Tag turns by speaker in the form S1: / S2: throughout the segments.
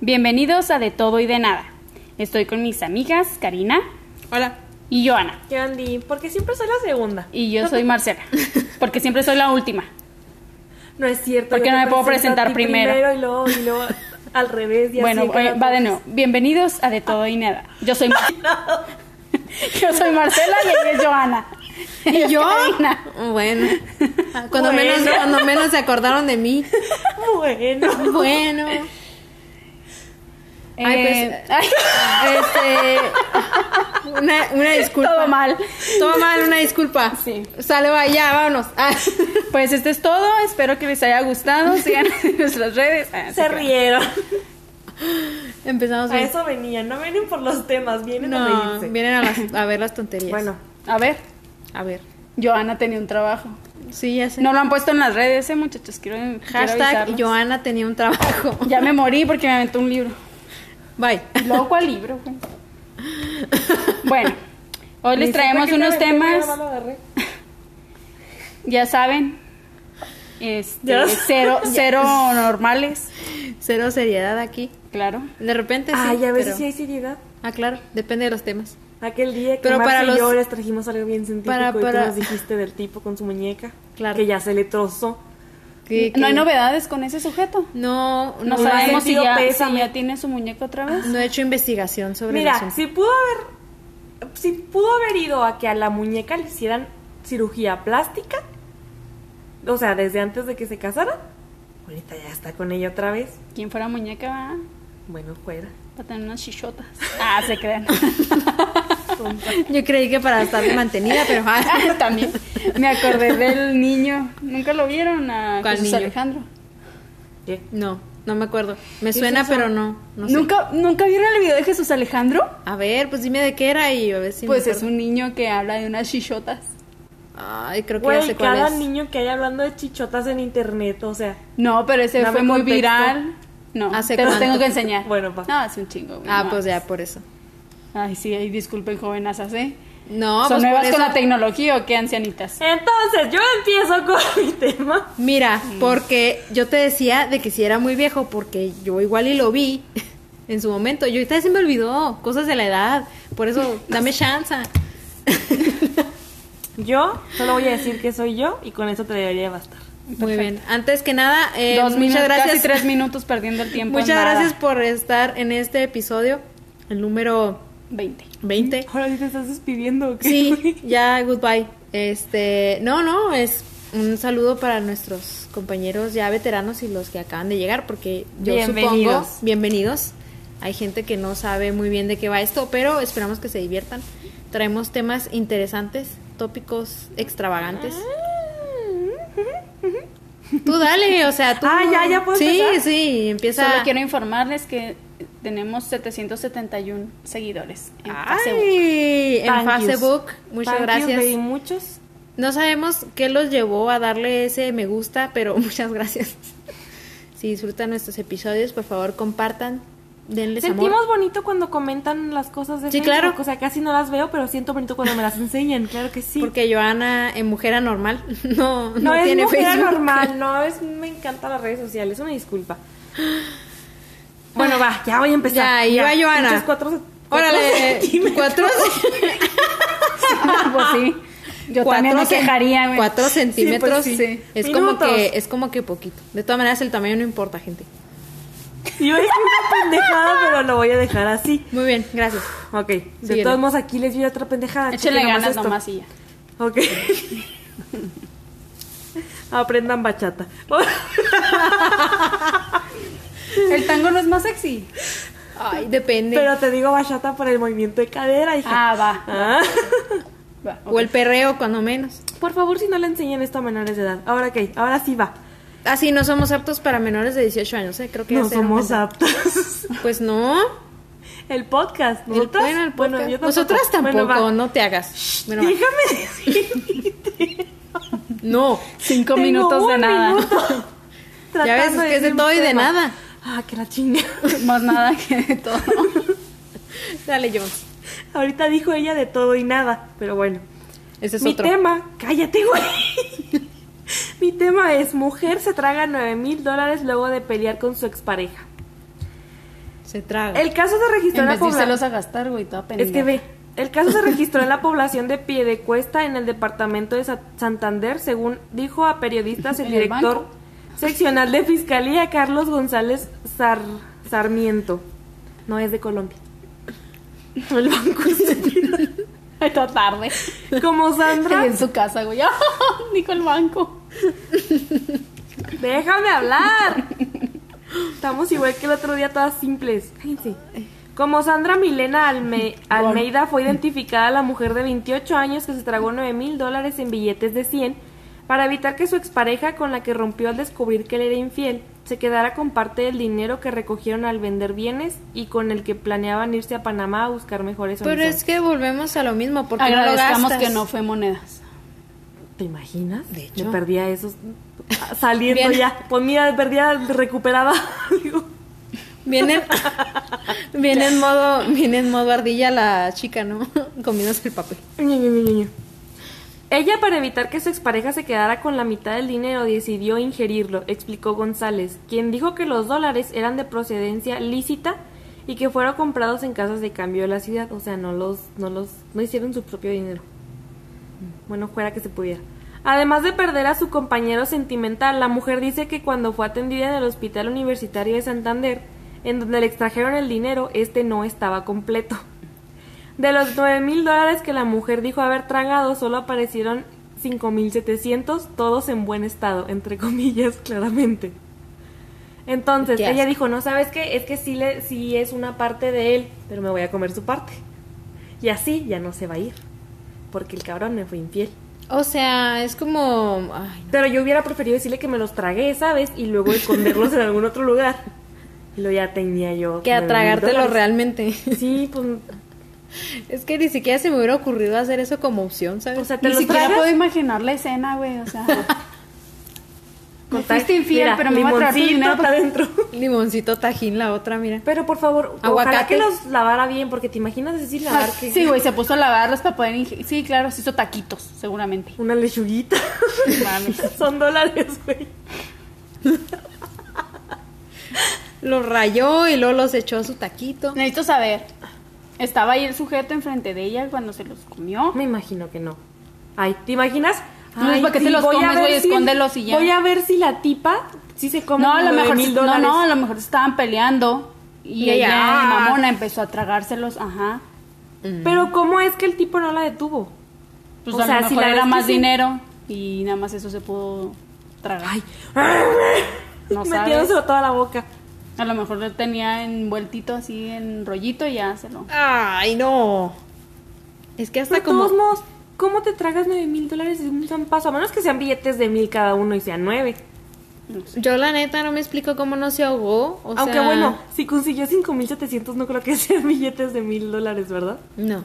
S1: Bienvenidos a De Todo y de Nada. Estoy con mis amigas Karina
S2: Hola.
S1: y Joana.
S2: ¿Qué Andy? Porque siempre soy la segunda.
S1: Y yo soy Marcela, porque siempre soy la última.
S2: No es cierto.
S1: ¿Por qué
S2: yo
S1: no
S2: te
S1: me puedo
S2: presento a
S1: presentar
S2: ti
S1: primero?
S2: y luego, y luego al revés. Y
S1: bueno,
S2: así, cada
S1: eh, va de
S2: vez.
S1: nuevo. Bienvenidos a De Todo y Nada. Yo soy, Mar- yo soy Marcela y ella es Joana. Ella es
S3: ¿Y yo?
S1: Karina.
S3: Bueno. Cuando,
S2: Bueno.
S3: Menos, cuando menos se acordaron de mí.
S2: Bueno.
S3: Bueno. Ay,
S1: Eh,
S3: pues, Este. Una, una disculpa.
S1: todo mal.
S3: Todo mal, una disculpa.
S1: Sí.
S3: Sale, vaya, vámonos. Ah.
S1: Pues esto es todo. Espero que les haya gustado. Sigan en nuestras redes. Ah, sí,
S2: Se
S1: claro.
S2: rieron.
S3: Empezamos
S2: A
S3: bien.
S2: eso venían. No vienen por los temas, vienen a
S3: No,
S2: reírse.
S3: vienen a, las- a ver las tonterías.
S2: Bueno,
S1: A ver,
S3: A ver.
S1: Joana tenía un trabajo.
S3: Sí, ya sé.
S1: No lo han puesto en las redes, eh, muchachos. Quiero quiero
S3: Hashtag
S1: avisarlos.
S3: Joana tenía un trabajo.
S1: Ya me morí porque me aventó un libro.
S3: Bye.
S1: ¿Y Luego, ¿cuál libro? güey? Bueno, hoy les
S2: Ni supe
S1: traemos
S2: qué
S1: unos
S2: tal, entonces
S1: temas,
S2: ya no lo agarré.
S1: ya saben, este,
S2: Ya.
S1: cero, cero normales,
S3: Cero seriedad aquí.
S1: claro.
S3: De repente
S1: Ah,
S3: Ah, sí.
S2: Ay, a
S3: pero-
S2: veces Ah, sí hay seriedad.
S3: Ah, claro. Depende de los temas.
S2: Aquel día que
S3: Pero
S2: Marce
S3: para
S2: y
S3: los-
S2: yo les trajimos algo bien científico
S3: Para-
S2: y
S3: para-
S2: tú nos dijiste del tipo con su muñeca
S3: Claro.
S2: que ya se le trozó.
S3: Que- que-
S1: No hay novedades con ese sujeto.
S3: No,
S1: No
S3: no,
S1: sabemos si
S2: sentido
S1: ya,
S2: pésame.
S1: si ya tiene su muñeco otra vez.
S3: No he hecho investigación sobre el
S2: Mira,
S3: asunto.
S2: si pudo haber si pudo haber ido a que a la muñeca le hicieran cirugía plástica, o sea, desde antes de que se casaran, ahorita ya está con ella otra vez.
S1: Quien fuera muñeca va
S2: Bueno, fuera.
S1: va a tener unas chichotas. Ah, se crean.
S3: Yo creí que para estar mantenida, pero ah,
S1: También me acordé del niño. ¿Nunca lo vieron a
S3: ¿Cuál
S1: Jesús
S3: niño?
S1: Alejandro?
S2: ¿Qué?
S3: no, no me acuerdo. Me
S2: ¿Qué
S3: suena,
S2: es eso?
S3: pero no, no sé.
S1: ¿Nunca, ¿Nunca vieron el video de Jesús Alejandro?
S3: A ver, pues dime de qué era y a ver si me
S1: Pues es
S3: acuerdo.
S1: un niño que habla de unas chichotas.
S3: Ay, creo que ya
S2: Güey,
S3: sé cuál
S2: cada
S3: es.
S2: niño que hay hablando de chichotas en internet, o sea,
S1: No, pero ese
S2: Dame
S1: fue muy
S2: contexto.
S1: viral. No,
S3: ¿Hace
S1: te los
S3: cuánto?
S1: tengo que enseñar.
S2: Bueno, va.
S1: No, hace un chingo. güey,
S3: Ah,
S1: no
S3: pues
S1: mames.
S3: ya por eso.
S1: Ay, sí, ahí disculpen, jovenazas, ¿eh?
S3: No,
S1: ¿Son
S3: pues
S1: nuevas
S3: por
S1: con
S3: eso-
S1: la tecnología o qué, ancianitas?
S2: entonces yo empiezo con mi tema.
S3: Mira, porque yo te decía de que si era muy viejo, porque yo igual y lo vi en su momento. Yo ahorita se me olvidó cosas de la edad. Por eso, dame chance.
S2: Yo solo voy a decir que soy yo y con eso te debería bastar.
S3: Muy bien. Antes que nada, eh,
S1: Dos
S3: muchas
S1: minutos,
S3: gracias.
S1: casi tres minutos perdiendo el tiempo.
S3: Muchas gracias por estar en este episodio, el número
S1: 20.
S3: 20.
S2: Ahora sí te estás despidiendo, ¿o qué?
S3: Sí, ya, goodbye. Este, no, no, es un saludo para nuestros compañeros ya veteranos y los que acaban de llegar, porque yo
S2: Bienvenidos.
S3: supongo, bienvenidos. Hay gente que no sabe muy bien de qué va esto, pero esperamos que se diviertan. Traemos temas interesantes, tópicos extravagantes. Tú dale, o sea, tú.
S2: Ah, ya, ya puedo
S3: Sí,
S2: empezar.
S3: sí, empieza.
S1: Solo quiero informarles que tenemos 771 seguidores en Facebook.
S3: Ay, en
S2: Thank yous.
S3: Facebook. Muchas
S2: Thank you,
S3: gracias.
S2: baby, muchos.
S3: No sabemos qué los llevó a darle ese me gusta, pero muchas gracias. Si disfrutan nuestros episodios, por favor, compartan, denles
S2: Sentimos
S3: amor.
S2: bonito cuando comentan las cosas de
S3: Sí,
S2: Facebook,
S3: claro.
S2: O sea, casi no las veo, pero siento bonito cuando me las enseñan, claro que sí.
S3: Porque Joana en Mujer Anormal no, no,
S2: no, es
S3: tiene
S2: mujer
S3: Facebook.
S2: normal, no es me encantan las redes sociales, una disculpa. Bueno, va, ya voy a empezar.
S3: Ya, ahí va Joana.
S2: pinches Cuatro, cuatro
S3: Órale, eh,
S2: centímetros.
S3: cuatro,
S1: Ah, pues sí. Yo también me
S3: cuatro cen-
S1: quejaría, güey.
S3: cuatro centímetros
S1: sí. sí.
S3: es como
S2: pues Minutos.
S3: que es como que poquito. De todas maneras el tamaño no importa, gente.
S2: Yo es una pendejada, pero lo voy a dejar así.
S3: Muy bien, gracias.
S2: Ok, de
S3: Síguele.
S2: todos modos aquí les vi otra pendejada.
S1: Échenle
S2: chequen
S1: ganas
S2: esto.
S1: nomás y ya.
S2: Ok. Aprendan bachata.
S1: El tango no es más sexy.
S3: Ay, depende.
S2: Pero te digo bachata por el movimiento de cadera, hija.
S1: Ah, va.
S2: Ah.
S1: va,
S3: O el perreo cuando menos.
S2: Por favor, si no le enseñan esto a menores de edad. Ahora ok, ahora sí va.
S3: Así Ah, no somos aptos para menores de 18 años, ¿eh? creo que ya
S2: No
S3: se dieron
S2: somos
S3: cuenta.
S2: aptos.
S3: Pues no.
S2: El podcast.
S3: El-
S2: ¿Nosotras?
S3: bueno, el
S2: Bueno,
S3: podcast.
S2: yo tampoco.
S3: Nosotras tampoco,
S2: Bueno, va.
S3: no te hagas. Bueno, va.
S2: Déjame decir.
S3: no.
S1: Cinco
S2: tengo
S1: minutos de
S2: un
S1: nada.
S2: minuto
S3: Ya ves,
S2: tratando
S3: es que es de
S2: decir
S3: todo
S2: un
S3: y de
S2: tema.
S3: nada.
S2: Ah, que la chinga.
S1: Más nada que de todo.
S3: Dale, yo.
S2: Ahorita dijo ella de todo y nada, pero bueno.
S3: Ese es
S2: Mi
S3: otro.
S2: tema, cállate, güey. Mi tema es: mujer se traga 9 mil dólares luego de pelear con su expareja.
S3: Se traga.
S2: El caso se registró
S1: En
S2: en, la
S1: vez de
S2: población.
S1: irselos a gastar, güey, toda pendeja.
S2: Es que ve, el caso se registró en la población de Piedecuesta, en el departamento de Sa- Santander, según dijo a periodistas el
S1: ¿En el
S2: director
S1: banco?
S2: seccional de Fiscalía, Carlos González Sar- Sarmiento. No es de Colombia. El banco es-
S1: Ay, toda tarde.
S2: Como Sandra.
S1: En su casa, güey. Nico el banco.
S2: Déjame hablar. Estamos igual que el otro día, todas simples. Cállense. Como Sandra Milena Alme- Almeida fue identificada la mujer de 28 años que se tragó 9 mil dólares en billetes de 100 para evitar que su expareja con la que rompió al descubrir que él era infiel se quedara con parte del dinero que recogieron al vender bienes y con el que planeaban irse a Panamá a buscar mejores
S3: Pero es
S2: horizontes.
S3: que volvemos a lo mismo, porque
S1: Agradezcamos
S3: no lo
S1: que
S3: gastas.
S1: no fue monedas.
S2: ¿Te imaginas?
S3: De hecho.
S2: Me perdía esos... Saliendo
S3: Bien.
S2: ya. Pues mira, perdía, recuperaba algo.
S3: Viene, viene en modo, viene en modo ardilla la chica, ¿no? Comiéndose el papel.
S2: Ella, para evitar que su expareja se quedara con la mitad del dinero, decidió ingerirlo, explicó González, quien dijo que los dólares eran de procedencia lícita y que fueron comprados en casas de cambio de la ciudad, o sea, no los, no los, no hicieron su propio dinero. Bueno, fuera que se pudiera. Además de perder a su compañero sentimental, la mujer dice que cuando fue atendida en el Hospital Universitario de Santander, en donde le extrajeron el dinero, este no estaba completo. De los 9 mil dólares que la mujer dijo haber tragado, solo aparecieron 5.700, todos en buen estado, entre comillas, claramente. Entonces,
S3: Qué
S2: ella
S3: asco.
S2: dijo, no, ¿sabes qué? Es que sí, le, sí es una parte de él, pero me voy a comer su parte. Y así ya no se va a ir, porque el cabrón me fue infiel.
S3: O sea, es como. ay,
S2: Pero yo hubiera preferido decirle que me los tragué, ¿sabes? Y luego esconderlos en algún otro lugar. Y lo ya tenía yo.
S3: que a
S2: 9,000
S3: tragártelo
S2: dólares.
S3: realmente.
S2: Sí, pues
S3: Es que ni siquiera se me hubiera ocurrido hacer eso como opción, ¿sabes?
S2: O sea, ¿Te
S1: Ni
S2: los
S1: siquiera
S2: tragas?
S1: puedo imaginar la escena, güey. O sea, me
S2: Contar-
S1: fuiste infiel,
S2: Mira,
S1: pero me voy a traer tu
S2: limoncito
S1: dinero.
S2: está adentro.
S3: Limoncito, tajín, la otra, mira.
S2: Pero por favor, ojalá
S3: Aguacate.
S2: que los lavara bien, porque te imaginas decir lavar que
S1: Ah, Sí, güey, se puso a lavarlos para poder. inge- Sí, claro, se hizo taquitos, seguramente.
S2: una lechuguita.
S1: Mames.
S2: Son dólares, güey.
S3: Los rayó y luego los echó a su taquito.
S1: Necesito saber. ¿Estaba ahí el sujeto enfrente de ella cuando se los comió?
S2: Me imagino que no. Ay, ¿te imaginas?
S1: No,
S2: Ay,
S1: ¿para qué te los
S2: voy a
S1: comes,
S2: ver
S1: güey? Escóndelos y ya.
S2: Voy a ver si la tipa sí se come
S1: No, a lo
S2: nueve
S1: mejor
S2: mil
S1: no,
S2: dólares.
S1: no, a lo mejor se estaban peleando y
S3: Y
S1: ella,
S3: ella, ah.
S1: mamona, empezó a tragárselos, ajá.
S2: Pero ¿cómo es que el tipo no la detuvo?
S1: Pues
S2: O
S1: a
S2: sea,
S1: lo
S2: si
S1: mejor
S2: la
S1: era
S2: ves que
S1: más
S2: sí.
S1: dinero y nada más eso se pudo tragar.
S2: Ay,
S1: no sabes.
S2: metiéndoselo toda la boca.
S1: A lo mejor lo tenía envueltito así en rollito y ya se lo.
S3: Ay, no. Es que hasta
S2: De todos
S3: como.
S2: modos, ¿cómo te tragas nueve mil dólares de un zampazo? A menos que sean billetes de mil cada uno y sean nueve.
S3: Yo, la neta, no me explico cómo no se ahogó. o
S2: Aunque
S3: sea,
S2: bueno, si consiguió cinco mil setecientos, no creo que sean billetes de mil dólares, ¿verdad?
S3: No.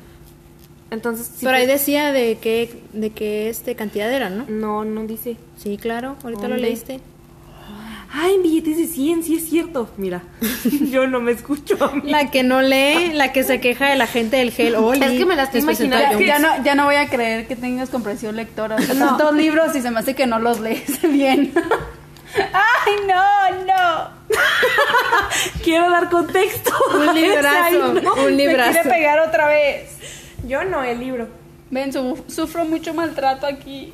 S2: Entonces, sí pues.
S3: Pero ahí
S2: fue-
S3: decía de qué, de qué este, cantidad era, ¿no?
S2: No, no dice.
S3: Sí, claro. Ahorita lo
S2: ¿Dónde?
S3: leíste.
S2: Ay, billetes de 100, sí es cierto. Mira, yo no me escucho a mí.
S3: La que no lee, la que se queja de la gente del gel. Oli,
S2: Es que me la estoy
S3: después
S2: imaginando.
S3: está
S1: Ya,
S2: Es que-
S1: ya no, ya no voy a creer que tengas comprensión lectora. O sea, tantos libros y se me hace que no los lees bien. ¡Ay, no, no!
S2: Quiero dar contexto.
S3: Un librazo, un librazo.
S2: Me quiere pegar otra vez. Yo no, el libro.
S1: Ven, su- sufro mucho maltrato aquí.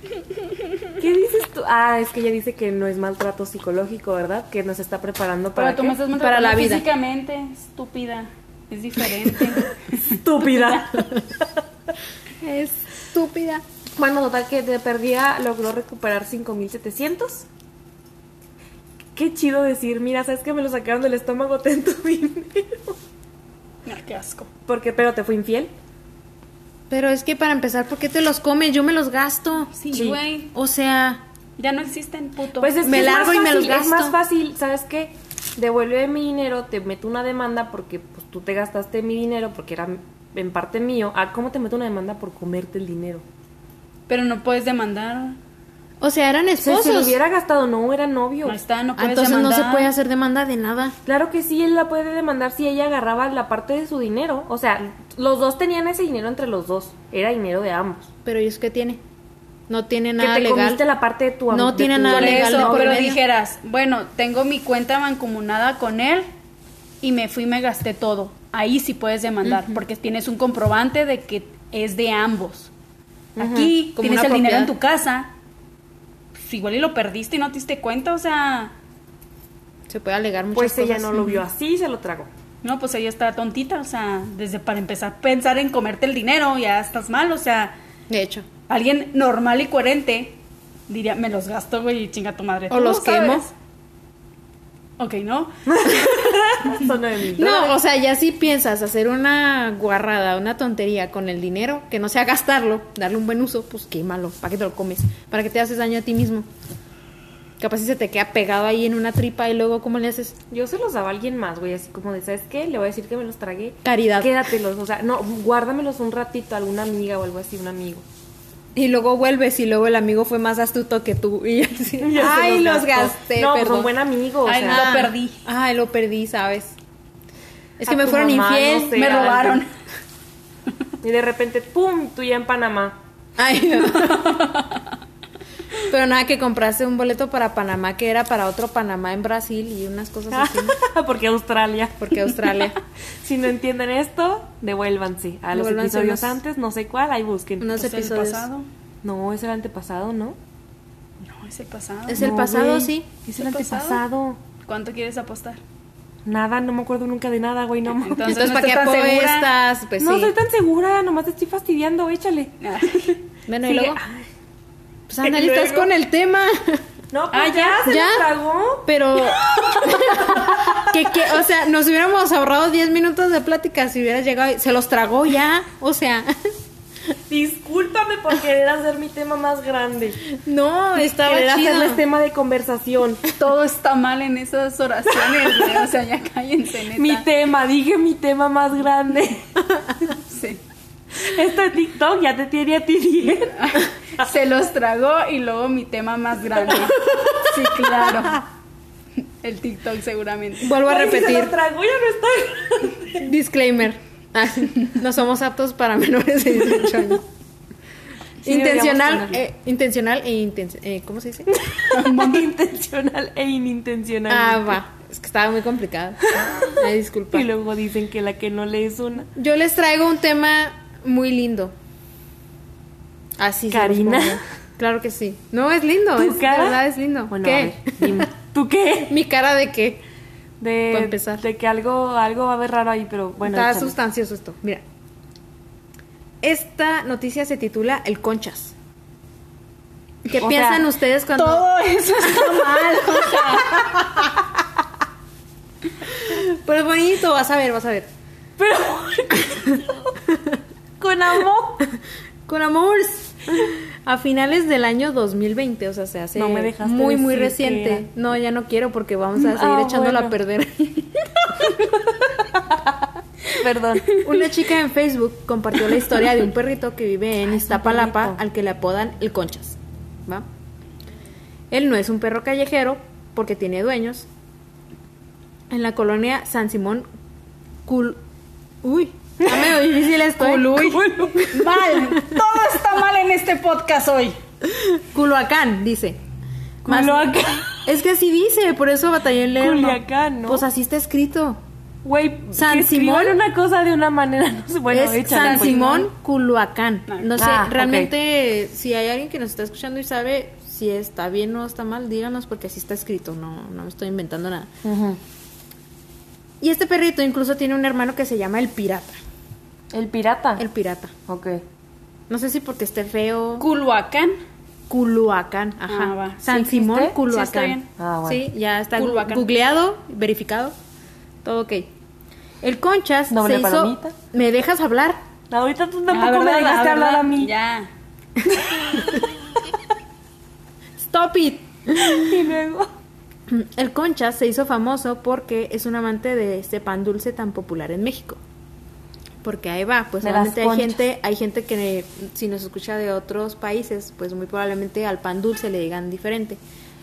S2: ¿Qué dices tú? Ah, es que ella dice que no es maltrato psicológico, ¿verdad? Que nos está preparando para
S1: Pero tú
S2: qué?
S1: me estás
S3: Para la
S1: maltratando
S3: vida.
S1: físicamente, estúpida. Es diferente.
S2: estúpida.
S3: Estúpida.
S2: Bueno, total que de perdida logró recuperar 5700. Qué chido decir, mira, sabes que me lo sacaron del estómago, ten tu dinero.
S1: Ay, qué asco.
S2: Porque, pero te fue infiel.
S3: Pero es que para empezar, ¿por qué te los comes? Yo me los gasto.
S1: Sí, güey.
S3: O sea,
S1: Ya no existen, puto.
S2: Pues es
S3: Me
S2: que es
S3: largo
S2: más
S3: y me los
S2: fácil, Es más
S3: gasto.
S2: fácil, ¿sabes qué? Devuelve mi dinero, te meto una demanda porque pues, tú te gastaste mi dinero porque era en parte mío. Ah, ¿cómo te meto una demanda por comerte el dinero?
S1: Pero no puedes demandar.
S3: o sea, eran
S2: O sea,
S3: esposos.
S2: si lo hubiera gastado, no, era novio.
S1: No está, no
S3: Ah,
S1: puedes
S3: Entonces no
S1: demandar.
S3: se puede hacer demanda de nada.
S2: Claro que sí, él la puede demandar si ella agarraba la parte de su dinero. O sea, los dos tenían ese dinero entre los dos. Era dinero de ambos.
S3: Pero ellos qué tiene? No tiene
S2: que
S3: nada
S2: te
S3: legal.
S2: comiste la parte de tu am-
S3: No
S2: de
S3: tiene
S2: tu-
S3: nada
S1: Por
S3: legal de
S1: eso,
S3: por
S1: pero
S3: medio.
S1: dijeras, bueno, tengo mi cuenta mancomunada con él y me fui y me gasté todo. Ahí sí puedes demandar, porque tienes un comprobante de que es de ambos. Aquí
S3: Como
S1: tienes
S3: una
S1: el dinero en
S3: propiedad.
S1: tu casa, pues igual y lo perdiste y no te diste cuenta, o sea,
S3: Se puede alegar muchas
S2: Pues ella
S3: cosas.
S2: no lo vio así, se lo tragó.
S1: no, pues ella está tontita, o sea, desde para empezar a pensar en comerte el dinero, ya estás mal, o sea,
S3: De hecho.
S1: alguien normal y coherente diría, me los gasto, güey, y chinga tu madre.
S3: O
S1: Tú
S3: los
S1: no sabes.
S3: quemo.
S1: Ok, ¿no?
S2: Son nueve mil dólares.
S3: No, o sea, ya si piensas hacer una guarrada, una tontería con el dinero, que no sea gastarlo, darle un buen uso, pues quémalo, para que te lo comes, para que te haces daño a ti mismo. Capaz si se te queda pegado ahí en una tripa y luego, ¿cómo le haces?
S2: Yo se los daba a alguien más, güey, así como de, ¿sabes qué? Le voy a decir que me los tragué.
S3: Caridad.
S2: Quédatelos, o sea, no, guárdamelos un ratito a alguna amiga o algo así, un amigo.
S3: Y luego vuelves y luego el amigo fue más astuto que tú. Y así,
S2: Y ya se
S3: ay, los
S2: gastó.
S3: gasté,
S2: No, pues
S3: perdón.
S2: un buen amigo, o
S1: Ay,
S2: sea.
S1: no. lo perdí.
S3: Ay, lo perdí, ¿sabes? Es
S2: A
S3: que me
S2: tu
S3: fueron
S2: mamá,
S3: infiel,
S2: no sé,
S1: me
S2: algo.
S1: robaron.
S2: Y de repente, ¡pum! Tú ya en Panamá.
S3: Ay, no. Pero nada, que compraste un boleto para Panamá que era para otro Panamá en Brasil y unas cosas así.
S2: Porque Australia.
S3: Porque Australia.
S2: Si no entienden esto, devuélvanse a los
S3: Devuélvanse
S2: episodios
S3: unos-
S2: antes, no sé cuál, ahí busquen.
S3: Unos
S1: Pues el
S3: episodios.
S1: pasado.
S2: No, es el antepasado, ¿no?
S1: No, es el pasado.
S3: Es el
S2: No,
S3: pasado,
S2: güey.
S3: sí.
S2: Es el
S1: ¿El pasado?
S2: antepasado.
S1: ¿Cuánto quieres apostar?
S2: Nada, no me acuerdo nunca de nada, güey, no mames.
S1: Entonces,
S3: Entonces,
S1: no
S3: ¿para qué
S1: estás tan segura.
S3: apuestas? Pues
S2: no
S3: sí.
S2: soy tan segura, nomás te estoy fastidiando, échale.
S1: Ah,
S3: Bueno, y
S2: Sigue.
S3: luego.
S2: Ay,
S3: Pues Ana, estás
S2: luego.
S3: con el tema.
S2: No, pues
S1: Ah,
S2: ya,
S1: ¿ya?
S2: se
S3: ¿Ya?
S2: los tragó.
S3: Pero. que, que, o sea, nos hubiéramos ahorrado 10 minutos de plática si hubieras llegado. y- Se los tragó ya. O sea.
S2: Discúlpame por querer hacer mi tema más grande.
S3: No, estaba
S2: querer hacerles
S3: chido.
S2: tema de conversación.
S1: Todo está mal en esas oraciones, güey, o sea, ya cállense, neta.
S2: Mi tema, dije mi tema más grande.
S1: Sí.
S2: Este TikTok ya te tiene a ti bien.
S1: Se los tragó y luego mi tema más grande. Sí, claro. El TikTok seguramente.
S3: Vuelvo a
S2: Ay, si Se
S3: repetir.
S2: lo tragó, ya no estoy.
S3: Disclaimer. Ah, no somos aptos para menores de 18 años.
S2: Sí,
S3: intencional,
S2: deberíamos
S3: eh, intencional e intencional. ¿Cómo se dice?
S2: Intencional e inintencional.
S3: Ah, va. Es que estaba muy complicado. Ay, disculpa.
S2: Y luego dicen que la que no lee es una.
S3: Yo les traigo un tema muy lindo. Así se los
S2: Karina.
S3: pongo. Claro que sí. No, es lindo.
S2: ¿Tu
S3: es,
S2: cara?
S3: De verdad es lindo.
S2: Bueno, a
S3: ¿Qué?
S2: ver, dime. ¿Tú qué?
S3: Mi cara de qué.
S2: De,
S3: Para empezar.
S2: de que algo, algo va a haber raro ahí, pero bueno.
S3: Está
S2: échale.
S3: sustancioso esto. Mira. Esta noticia se titula El Conchas. ¿Qué
S2: O
S3: piensan
S2: sea,
S3: ustedes cuando.?
S1: Todo eso está mal. o sea,
S3: Pero es bonito, vas a ver, vas a ver.
S2: Pero. Con amor.
S3: Con amor. A finales del año 2020, o sea, se hace
S2: No me dejaste
S3: muy, muy
S2: decir que
S3: reciente.
S2: era.
S3: No, ya no quiero porque vamos a
S2: Ah,
S3: seguir echándola
S2: bueno.
S3: a perder.
S2: Perdón.
S3: Una chica en Facebook compartió la historia de un perrito que vive en
S2: Ay, es un
S3: Iztapalapa
S2: perrito.
S3: al que le apodan el Conchas. ¿va? Él no es un perro callejero porque tiene dueños. En la colonia San Simón Cul... Uy, está medio difícil esto. ¿eh?
S1: Cuy. Mal. Todo está mal en este podcast hoy.
S3: Culoacán, dice. Más-
S2: Culoacán.
S3: Es que así dice, por eso batallé en leerlo.
S2: Culiacán, ¿no?
S3: Pues así está escrito.
S2: Güey,
S3: San
S2: que escriban
S3: Simón.
S2: una cosa de una manera. No sé, bueno,
S3: es
S2: échale,
S3: San
S2: pues.
S3: Simón, Culoacán.
S1: Ah,
S3: No sé,
S2: ok.
S3: realmente, si hay alguien que nos está escuchando y sabe si está bien o está mal, díganos porque así está escrito, no, no me estoy inventando nada.
S2: Ujú.
S3: Y este perrito incluso tiene un hermano que se llama El Pirata.
S2: El pirata.
S3: El Pirata.
S2: Ok.
S3: No sé si porque esté feo.
S1: Culhuacán.
S3: Culoacán, ajá.
S1: Ah, va.
S3: San
S1: ¿Sí
S3: Simón,
S1: existe?
S3: Culoacán.
S1: Sí, está bien.
S2: Ah, bueno.
S3: Sí, ya está
S1: Culhuacán.
S3: googleado, verificado, todo ok. El Conchas
S2: Doble
S3: se hizo-
S2: palomita.
S3: ¿Me dejas hablar?
S2: Ahorita tú
S1: Ah,
S2: tampoco me
S1: ¿verdad?
S2: dejaste
S1: Ah,
S2: hablar
S1: ¿verdad?
S2: a mí.
S1: Ya.
S3: Stop it.
S2: Y luego.
S3: El Conchas se hizo famoso porque es un amante de este pan dulce tan popular en México. Porque ahí va, pues
S2: De las
S3: obviamente hay
S2: conchas.
S3: gente, hay gente que si nos escucha de otros países, pues muy probablemente al pan dulce le digan diferente.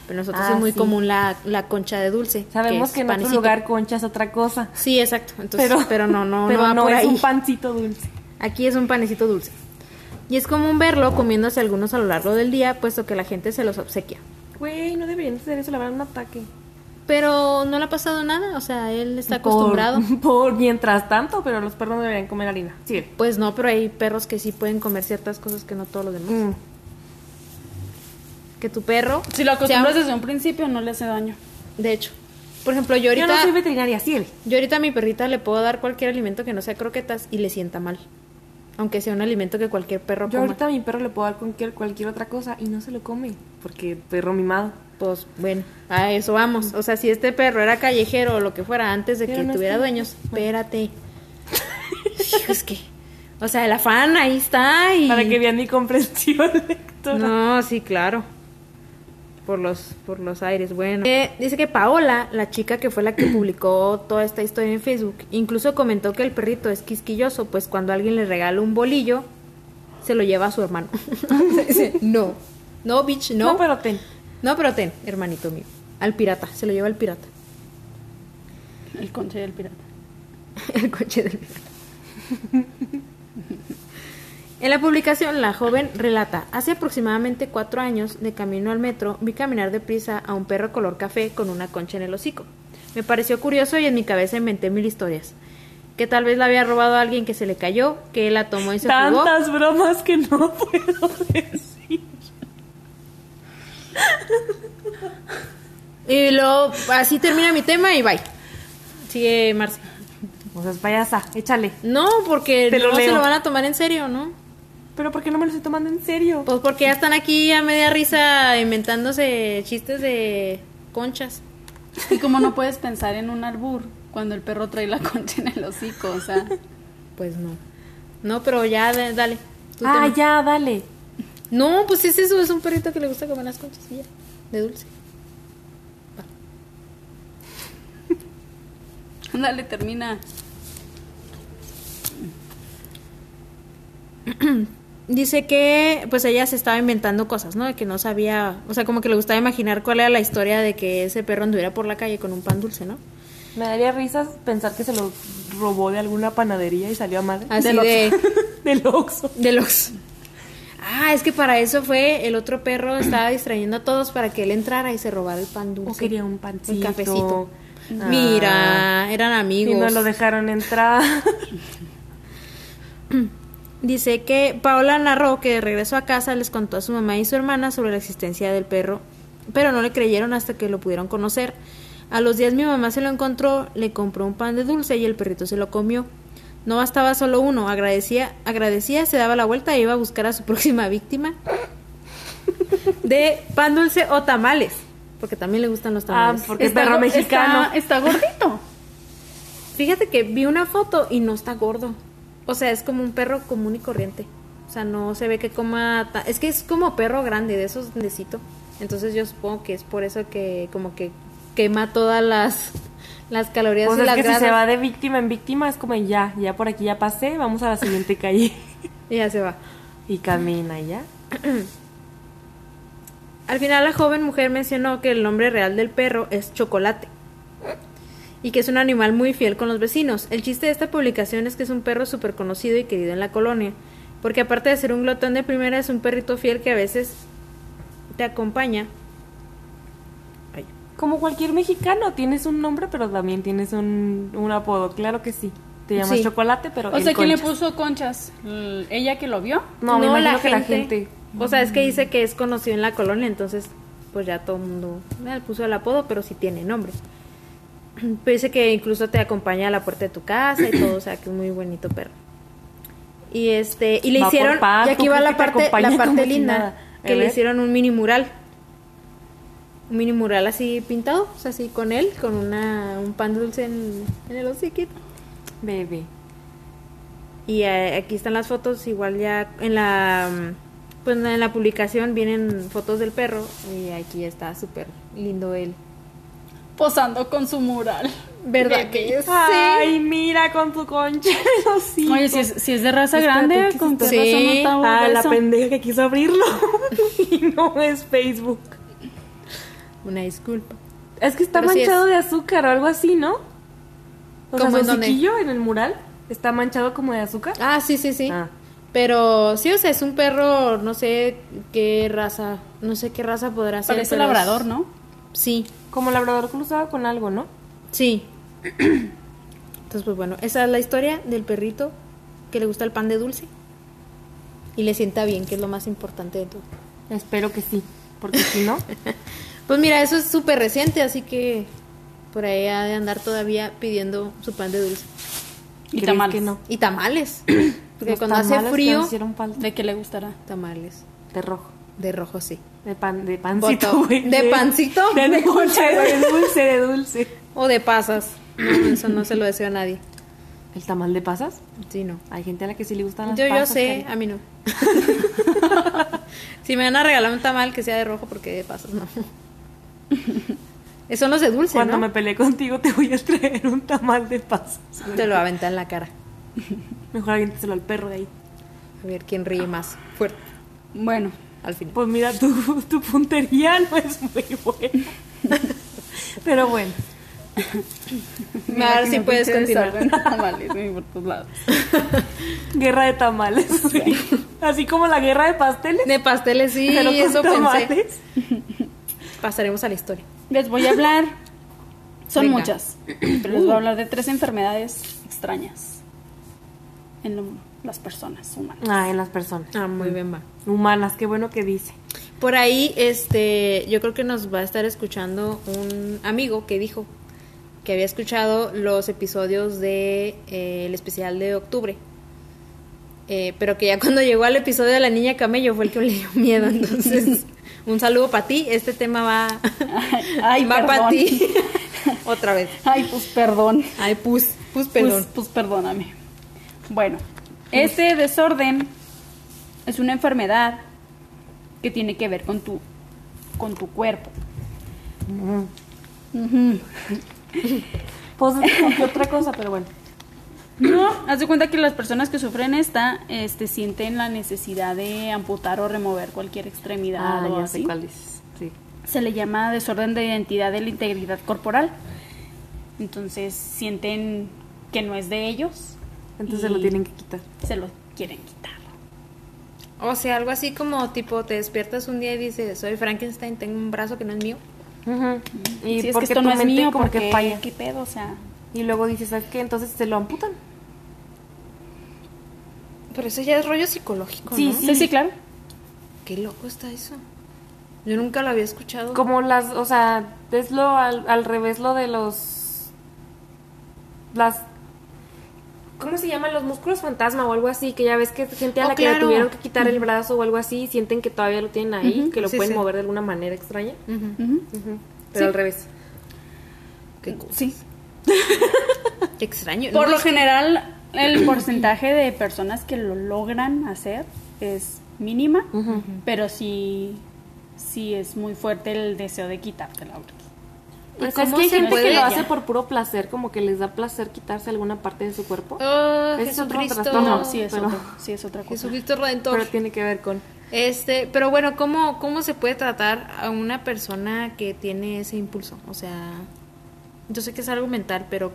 S3: Pero nosotros
S2: Ah,
S3: es muy
S2: sí.
S3: común la, la concha de dulce.
S2: Sabemos
S3: es
S2: que, en otro
S3: panecito.
S2: lugar concha es otra cosa.
S3: Sí, exacto. Entonces, pero, no, no,
S2: pero
S3: no va por
S2: es
S3: ahí.
S2: un pancito dulce.
S3: Aquí es un panecito dulce. Y es común verlo comiéndose algunos a lo largo del día, puesto que la gente se los obsequia.
S2: Güey, no deberían hacer eso, le van a dar un ataque.
S3: Pero no le ha pasado nada, o sea, él está acostumbrado.
S2: Por, por mientras tanto, pero los perros no deberían comer harina. Sí.
S3: Pues no, pero hay perros que sí pueden comer ciertas cosas que no todos los demás. Que tu perro.
S1: Si lo acostumbras
S3: sea-
S1: desde un principio, no le hace daño.
S3: De hecho, por ejemplo, yo
S2: Yo no
S3: ahorita.
S2: soy veterinaria, sí. él.
S3: Yo ahorita a mi perrita le puedo dar cualquier alimento que no sea croquetas y le sienta mal. Aunque sea un alimento que cualquier perro
S2: Yo
S3: coma.
S2: ahorita a mi perro le puedo dar cualquier, cualquier otra cosa y no se lo come, porque perro mimado.
S3: Pues bueno, a eso vamos. O sea, si este perro era callejero o lo que fuera antes de
S2: Pero
S3: que
S2: no
S3: tuviera
S2: está.
S3: dueños, espérate. Hijo, es que. O sea, el afán ahí está y.
S2: Para que vean mi comprensión lectora.
S3: No, sí, claro. Por los, por los aires, bueno. Eh, dice que Paola, la chica que fue la que publicó toda esta historia en Facebook, incluso comentó que el perrito es quisquilloso, pues cuando alguien le regala un bolillo, se lo lleva a su hermano. Dice, no, no, bitch, no.
S2: No, pero ten.
S3: No, pero ten, hermanito mío. Al pirata, se lo lleva al pirata.
S1: El conche del pirata.
S3: El coche del pirata. En la publicación, la joven relata, hace aproximadamente cuatro años, de camino al metro, vi caminar deprisa a un perro color café con una concha en el hocico. Me pareció curioso y en mi cabeza inventé mil historias. Que tal vez la había robado a alguien que se le cayó, que él la tomó y se jugó.
S2: Tantas bromas que no puedo decir.
S3: Y luego, así termina mi tema y bye. Sigue Marcia.
S2: O sea, es payasa, échale.
S3: No, porque
S2: Te lo
S3: no se
S2: leo.
S3: lo van a tomar en serio, ¿no?
S2: Pero ¿por qué no me lo estoy tomando en serio?
S3: Pues porque ya están aquí a media risa inventándose chistes de conchas.
S1: Y como no puedes pensar en un albur cuando el perro trae la concha en el hocico, o sea.
S3: Pues no. No, pero ya, da- dale. tú
S2: Ah,
S3: también.
S2: ya, dale.
S3: No, pues es eso, es un perrito que le gusta comer las conchas y ya, de dulce.
S1: Dale, termina.
S3: Dice que pues ella se estaba inventando cosas, ¿no? De que no sabía, o sea, como que le gustaba imaginar cuál era la historia de que ese perro anduviera por la calle con un pan dulce, ¿no?
S2: Me daría risas pensar que se lo robó de alguna panadería y salió a madre.
S3: Así
S2: Del
S3: de-
S2: Oxxo. Del Oxxo.
S3: De los... Ah, es que para eso fue el otro perro estaba distrayendo a todos para que él entrara y se robara el pan dulce.
S2: O quería un pancito.
S3: Un cafecito.
S2: Ah.
S3: Mira, eran
S2: Y
S3: amigos.
S2: no lo dejaron entrar.
S3: Dice que Paola narró que de regreso a casa les contó a su mamá y su hermana sobre la existencia del perro, pero no le creyeron hasta que lo pudieron conocer. A los días mi mamá se lo encontró, le compró un pan de dulce y el perrito se lo comió. No bastaba solo uno, agradecía, agradecía, se daba la vuelta e iba a buscar a su próxima víctima de pan dulce o tamales, porque también le gustan los
S2: Ah,
S3: tamales.
S2: porque perro
S1: go-
S2: mexicano.
S1: Está, está gordito.
S3: Fíjate que vi una foto y no está gordo. O sea, es como un perro común y corriente. O sea, no se ve que coma... ta- Es que es como perro grande, de esos necesito. Entonces yo supongo que es por eso que como que quema todas las, las calorías
S2: Pues
S3: y
S2: es
S3: las
S2: que si
S3: grasas.
S2: se va de víctima en víctima es como ya, ya por aquí ya pasé, vamos a la siguiente calle.
S3: Y ya se va.
S2: Y camina ya.
S3: Al final la joven mujer mencionó que el nombre real del perro es Chocolate y que es un animal muy fiel con los vecinos. El chiste de esta publicación es que es un perro súper conocido y querido en la colonia, porque aparte de ser un glotón de primera es un perrito fiel que a veces te acompaña. Ay.
S2: Como cualquier mexicano, tienes un nombre, pero también tienes un, un apodo, claro que sí. Te llamas
S3: Sí.
S2: chocolate, pero.
S1: O
S2: el
S1: sea, ¿quién le
S2: Conchas.
S1: puso conchas? L- ¿Ella que lo vio?
S2: No, me imagino que la gente.
S3: O sea, es que dice que es conocido en la colonia, entonces pues ya todo el mundo eh, le puso el apodo, pero sí tiene nombre. Pero dice que incluso te acompaña a la puerta de tu casa y todo, o sea, que es muy bonito perro. Y este y le
S2: Va por
S3: hicieron
S2: pan,
S3: y
S2: ¿tú
S3: aquí va
S2: crees
S3: la
S2: que te
S3: parte
S2: acompaña
S3: la
S2: como
S3: parte
S2: si
S3: linda
S2: nada? A
S3: que le
S2: ver.
S3: hicieron un mini mural. Un mini mural así pintado, o sea, así con él, con una un pan dulce en, en el hociquito.
S2: Bebé.
S3: Y eh, aquí están las fotos, igual ya en la mm, pues en la publicación vienen fotos del perro y aquí está súper lindo él.
S1: Posando con su mural.
S3: ¿Verdad
S1: Bebé.
S3: que sí?
S2: Ay, mira con tu concha en el hocico.
S1: Oye, si es, si es de raza
S2: Espérate, ¿qué
S1: grande,
S2: es
S1: con qué
S2: esto?
S1: razón no
S3: Sí.
S1: está
S2: Ah, la
S1: grueso?
S2: pendeja que quiso abrirlo. y no es Facebook.
S3: Una disculpa.
S2: Es que está
S3: Pero sí
S2: manchado
S3: es.
S2: de azúcar o algo así, ¿no? O
S3: ¿Cómo
S2: sea,
S3: en
S2: su
S3: dónde?
S2: hociquillo en el mural está manchado como de azúcar.
S3: Ah, sí, sí, sí.
S2: Ah.
S3: Pero sí, o sea, es un perro, no sé qué raza, no sé qué raza podrá ser.
S1: Parece
S3: pero es-
S1: labrador, ¿no?
S3: Sí,
S2: Como labrador cruzado con algo, ¿no?
S3: Sí. Entonces, pues bueno, esa es la historia del perrito que le gusta el pan de dulce y le sienta bien, que es lo más importante de todo.
S2: Espero que sí, porque si no,
S3: Pues mira, eso es súper reciente, así que por ahí ha de andar todavía pidiendo su pan de dulce.
S1: Y
S2: ¿crees
S1: tamales.
S2: que no?
S3: Y tamales. Porque
S2: Los
S3: cuando hace
S2: tamales que
S3: frío,
S2: nos hicieron falta.
S1: ¿De qué le gustará?
S3: tamales.
S2: De rojo.
S3: De rojo, sí.
S2: De pan, de pancito,
S3: Botó.
S2: güey.
S3: ¿De pancito?
S2: De
S3: De
S2: dulce, de dulce, de dulce.
S3: O de pasas. No, eso no se lo deseo a nadie.
S2: ¿El tamal de pasas?
S3: Sí, no.
S2: Hay gente a la que sí le gustan las
S3: Yo, yo
S2: pasas.
S3: sé,
S2: Cari.
S3: a mí no. si me van a regalar un tamal que sea de rojo, porque de pasas no. Son los de dulce,
S2: Cuando
S3: ¿no?
S2: me peleé contigo te voy a traer un tamal de pasas. güey.
S3: Te lo aventan en la cara.
S2: Mejor aviéntaselo al perro de ahí.
S3: A ver quién ríe más fuerte
S1: Bueno,
S3: al final.
S2: Pues mira, tu, tu puntería no es muy buena. Pero bueno,
S1: Mira
S3: Ahora
S1: que
S3: sí
S1: me
S3: puedes
S1: pinche
S3: continuar.
S1: desorden de tamales, güey, por todos lados.
S2: guerra de tamales. güey. Así como la guerra de pasteles.
S3: De pasteles, sí,
S2: pero con
S3: eso pensé.
S2: tamales.
S3: Pasaremos a la historia.
S1: Les voy a hablar. Son
S3: Venga.
S1: muchas, pero les voy a hablar de tres enfermedades extrañas en lo- las personas humanas.
S2: Ah, en las personas.
S3: Ah, muy bien, va.
S2: Humanas, qué bueno que dice.
S3: Por ahí, este, yo creo que nos va a estar escuchando un amigo que dijo que había escuchado los episodios de eh, el especial de octubre, Eh, pero que ya cuando llegó al episodio de la niña camello fue el que le dio miedo. Entonces, un saludo para ti. Este tema va,
S1: Ay,
S3: va
S1: perdón.
S3: para ti otra vez.
S1: Ay, pues perdón.
S3: Ay, pus, pus,
S1: Pues,
S3: perdón.
S1: pues perdóname. Bueno, este desorden es una enfermedad que tiene que ver con tu, con tu cuerpo. Ujú.
S2: Pues es como que otra cosa, pero bueno.
S1: No, haz de cuenta que las personas que sufren esta este, sienten la necesidad de amputar o remover cualquier extremidad
S2: Ah,
S1: o
S2: ya
S1: así.
S2: sé cuál es. Sí.
S1: Se le llama desorden de identidad de la integridad corporal. Entonces sienten que no es de ellos.
S2: Entonces
S1: y
S2: lo tienen que quitar.
S1: Se lo quieren quitar.
S3: O sea, algo así como tipo te despiertas un día y dices, soy Frankenstein, tengo un brazo que no es mío.
S2: Y
S1: Si
S2: porque tu mente como que
S1: porque
S2: falla.
S1: ¿Qué pedo? O sea,
S2: Y luego dices, ¿sabes qué? Entonces te lo amputan.
S3: Pero eso ya es rollo psicológico,
S2: Sí,
S3: ¿no?
S1: sí, sí, claro.
S3: Qué loco está eso. Yo nunca lo había escuchado.
S2: Como las, o sea, es lo al, al revés lo de los. Las. ¿Cómo se llaman? Los músculos fantasma o algo así, que ya ves que gente a
S3: Oh,
S2: la que le
S3: claro.
S2: tuvieron que quitar el brazo o algo así, y sienten que todavía lo tienen ahí,
S1: Ujú,
S2: que lo
S3: sí,
S2: pueden
S3: sí.
S2: mover de alguna manera extraña.
S3: Ujú.
S1: Ujú.
S2: Ujú, Pero
S1: Sí.
S2: al revés.
S3: Qué, co-
S1: Sí.
S3: qué extraño.
S1: Por
S3: ¿no?
S1: lo general, el porcentaje de personas que lo logran hacer es mínima,
S2: Ujú.
S1: pero sí, sí es muy fuerte el deseo de quitártela. porque-
S2: Pues es
S3: cómo
S2: que hay
S3: se
S2: gente
S3: puede
S2: que lo
S1: ya?
S2: hace por puro placer, como que les da placer quitarse alguna parte de su cuerpo.
S3: Oh,
S2: Ese es otro
S3: Jesucristo.
S2: trastorno.
S1: No, sí es,
S2: pero-
S1: otro- sí es otra cosa.
S3: Jesucristo Redentor.
S2: Pero tiene que ver con.
S3: Este, pero bueno, ¿cómo, ¿cómo se puede tratar a una persona que tiene ese impulso? O sea, yo sé que es algo mental, pero,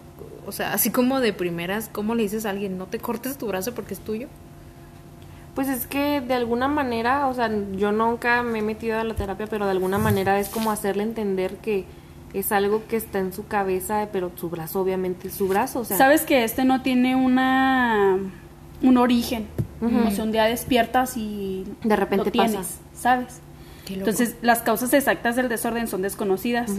S3: o sea, así como de primeras, ¿cómo le dices a alguien, no te cortes tu brazo porque es tuyo?
S2: Pues es que de alguna manera, o sea, yo nunca me he metido a la terapia, pero de alguna manera es como hacerle entender que es algo que está en su cabeza, pero su brazo obviamente es su brazo, o sea,
S1: Sabes que este no tiene una un origen. O sea, un día despiertas y
S2: De repente
S1: lo tienes,
S2: pasa.
S1: ¿sabes?
S3: Qué loco.
S1: Entonces, las causas exactas del desorden son desconocidas,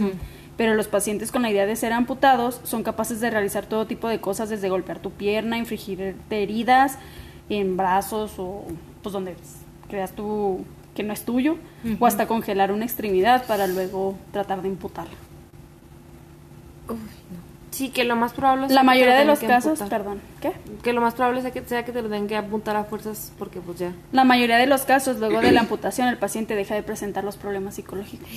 S1: pero los pacientes con la idea de ser amputados son capaces de realizar todo tipo de cosas, desde golpear tu pierna, infligirte heridas en brazos o pues donde creas tú que no es tuyo, o hasta congelar una extremidad para luego tratar de amputarla.
S2: sí que lo más probable es
S1: La
S2: que
S1: mayoría
S2: te
S1: de
S2: lo
S1: los
S2: tengan que
S1: casos,
S2: amputar.
S1: perdón, ¿qué?
S2: que lo más probable sea que, sea que te lo tengan que apuntar a fuerzas porque pues ya.
S1: La mayoría de los casos, luego de la amputación, el paciente deja de presentar los problemas psicológicos.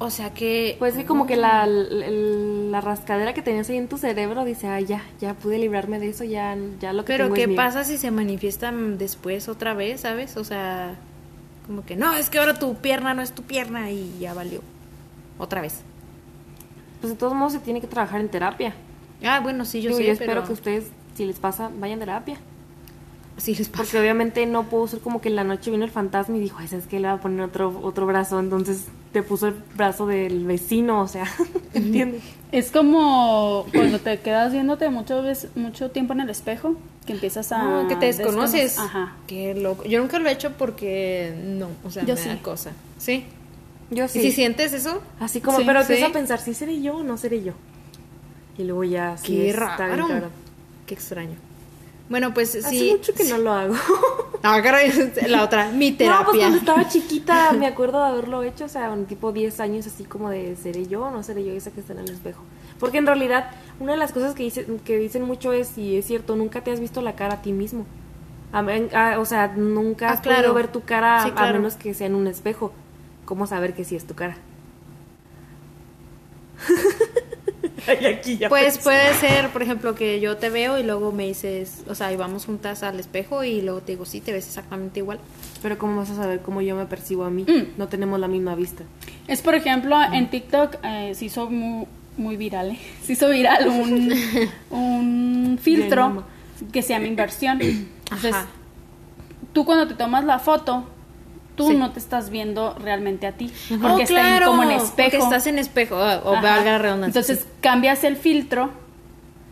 S3: O sea que...
S2: Pues sí, como que la, el- la rascadera que tenías ahí en tu cerebro dice, ah, ya, ya pude librarme de eso, ya, ya lo que
S3: Pero
S2: tengo es
S3: ¿qué
S2: mío".
S3: pasa si se manifiestan después otra vez, sabes? O sea, como que no, es que ahora tu pierna no es tu pierna y ya valió. Otra vez.
S2: Pues de todos modos se tiene que trabajar en terapia.
S3: Ah, bueno, sí, yo
S2: Digo,
S3: sé,
S2: yo espero
S3: pero-
S2: que ustedes, si les pasa, vayan a terapia.
S3: Sí les pasa.
S2: Porque obviamente no pudo ser como que en la noche vino el fantasma y dijo, ay, ¿sabes qué? Le va a poner otro, otro brazo, entonces te puso el brazo del vecino, o sea, ¿entiendes?
S1: Es como cuando te quedas viéndote mucho, ves- mucho tiempo en el espejo, que empiezas a...
S3: Ah, que te desconoces.
S1: desconocer. Ajá.
S3: Qué loco. Yo nunca lo he hecho porque no, o sea,
S1: Yo
S3: me
S1: sí.
S3: da cosa. ¿Sí?
S2: Yo
S3: ¿Y si sientes eso?
S2: Así como,
S1: Sí,
S2: pero
S3: sí.
S2: empiezo a pensar, ¿sí seré yo o no seré yo? Y luego ya, sí,
S3: Qué
S2: está bien
S3: raro.
S2: cabrón.
S3: Qué extraño. Bueno, pues
S2: Hace
S3: sí.
S2: mucho que no lo hago.
S3: Ah, caray, la otra, mi
S2: No, pues
S3: terapia.
S2: cuando estaba chiquita me acuerdo de haberlo hecho, o sea, un tipo 10 años así como de seré yo o no seré yo esa que está en el espejo. Porque en realidad una de las cosas que, dice- que dicen mucho es, y es cierto, nunca te has visto la cara a ti mismo. A men- a- o sea, nunca
S3: Ah,
S2: has podido
S3: claro.
S2: ver tu cara
S3: Sí,
S2: a
S3: claro.
S2: menos que sea en un espejo. ¿Cómo saber que sí es tu cara? Ay, aquí ya
S3: Pues
S2: pensé.
S3: puede ser, por ejemplo, que yo te veo y luego me dices, o sea, y vamos juntas al espejo y luego te digo, sí, te ves exactamente igual.
S2: Pero ¿cómo vas a saber cómo yo me percibo a mí?
S1: Mm.
S2: No tenemos la misma vista.
S1: Es, por ejemplo, en TikTok eh, se hizo mu- muy, viral, ¿eh? se hizo viral un, un
S2: Bien,
S1: filtro
S2: mamá.
S1: que se llama inversión. Entonces,
S3: Ajá.
S1: tú cuando te tomas la foto, tú
S3: Sí.
S1: no te estás viendo realmente a ti, porque
S3: Oh,
S1: está en-
S3: claro,
S1: como en
S3: Porque
S1: espejo.
S3: estás en espejo, ah, o
S1: Ajá.
S3: valga la redundancia.
S1: Entonces,
S3: sí.
S1: cambias el filtro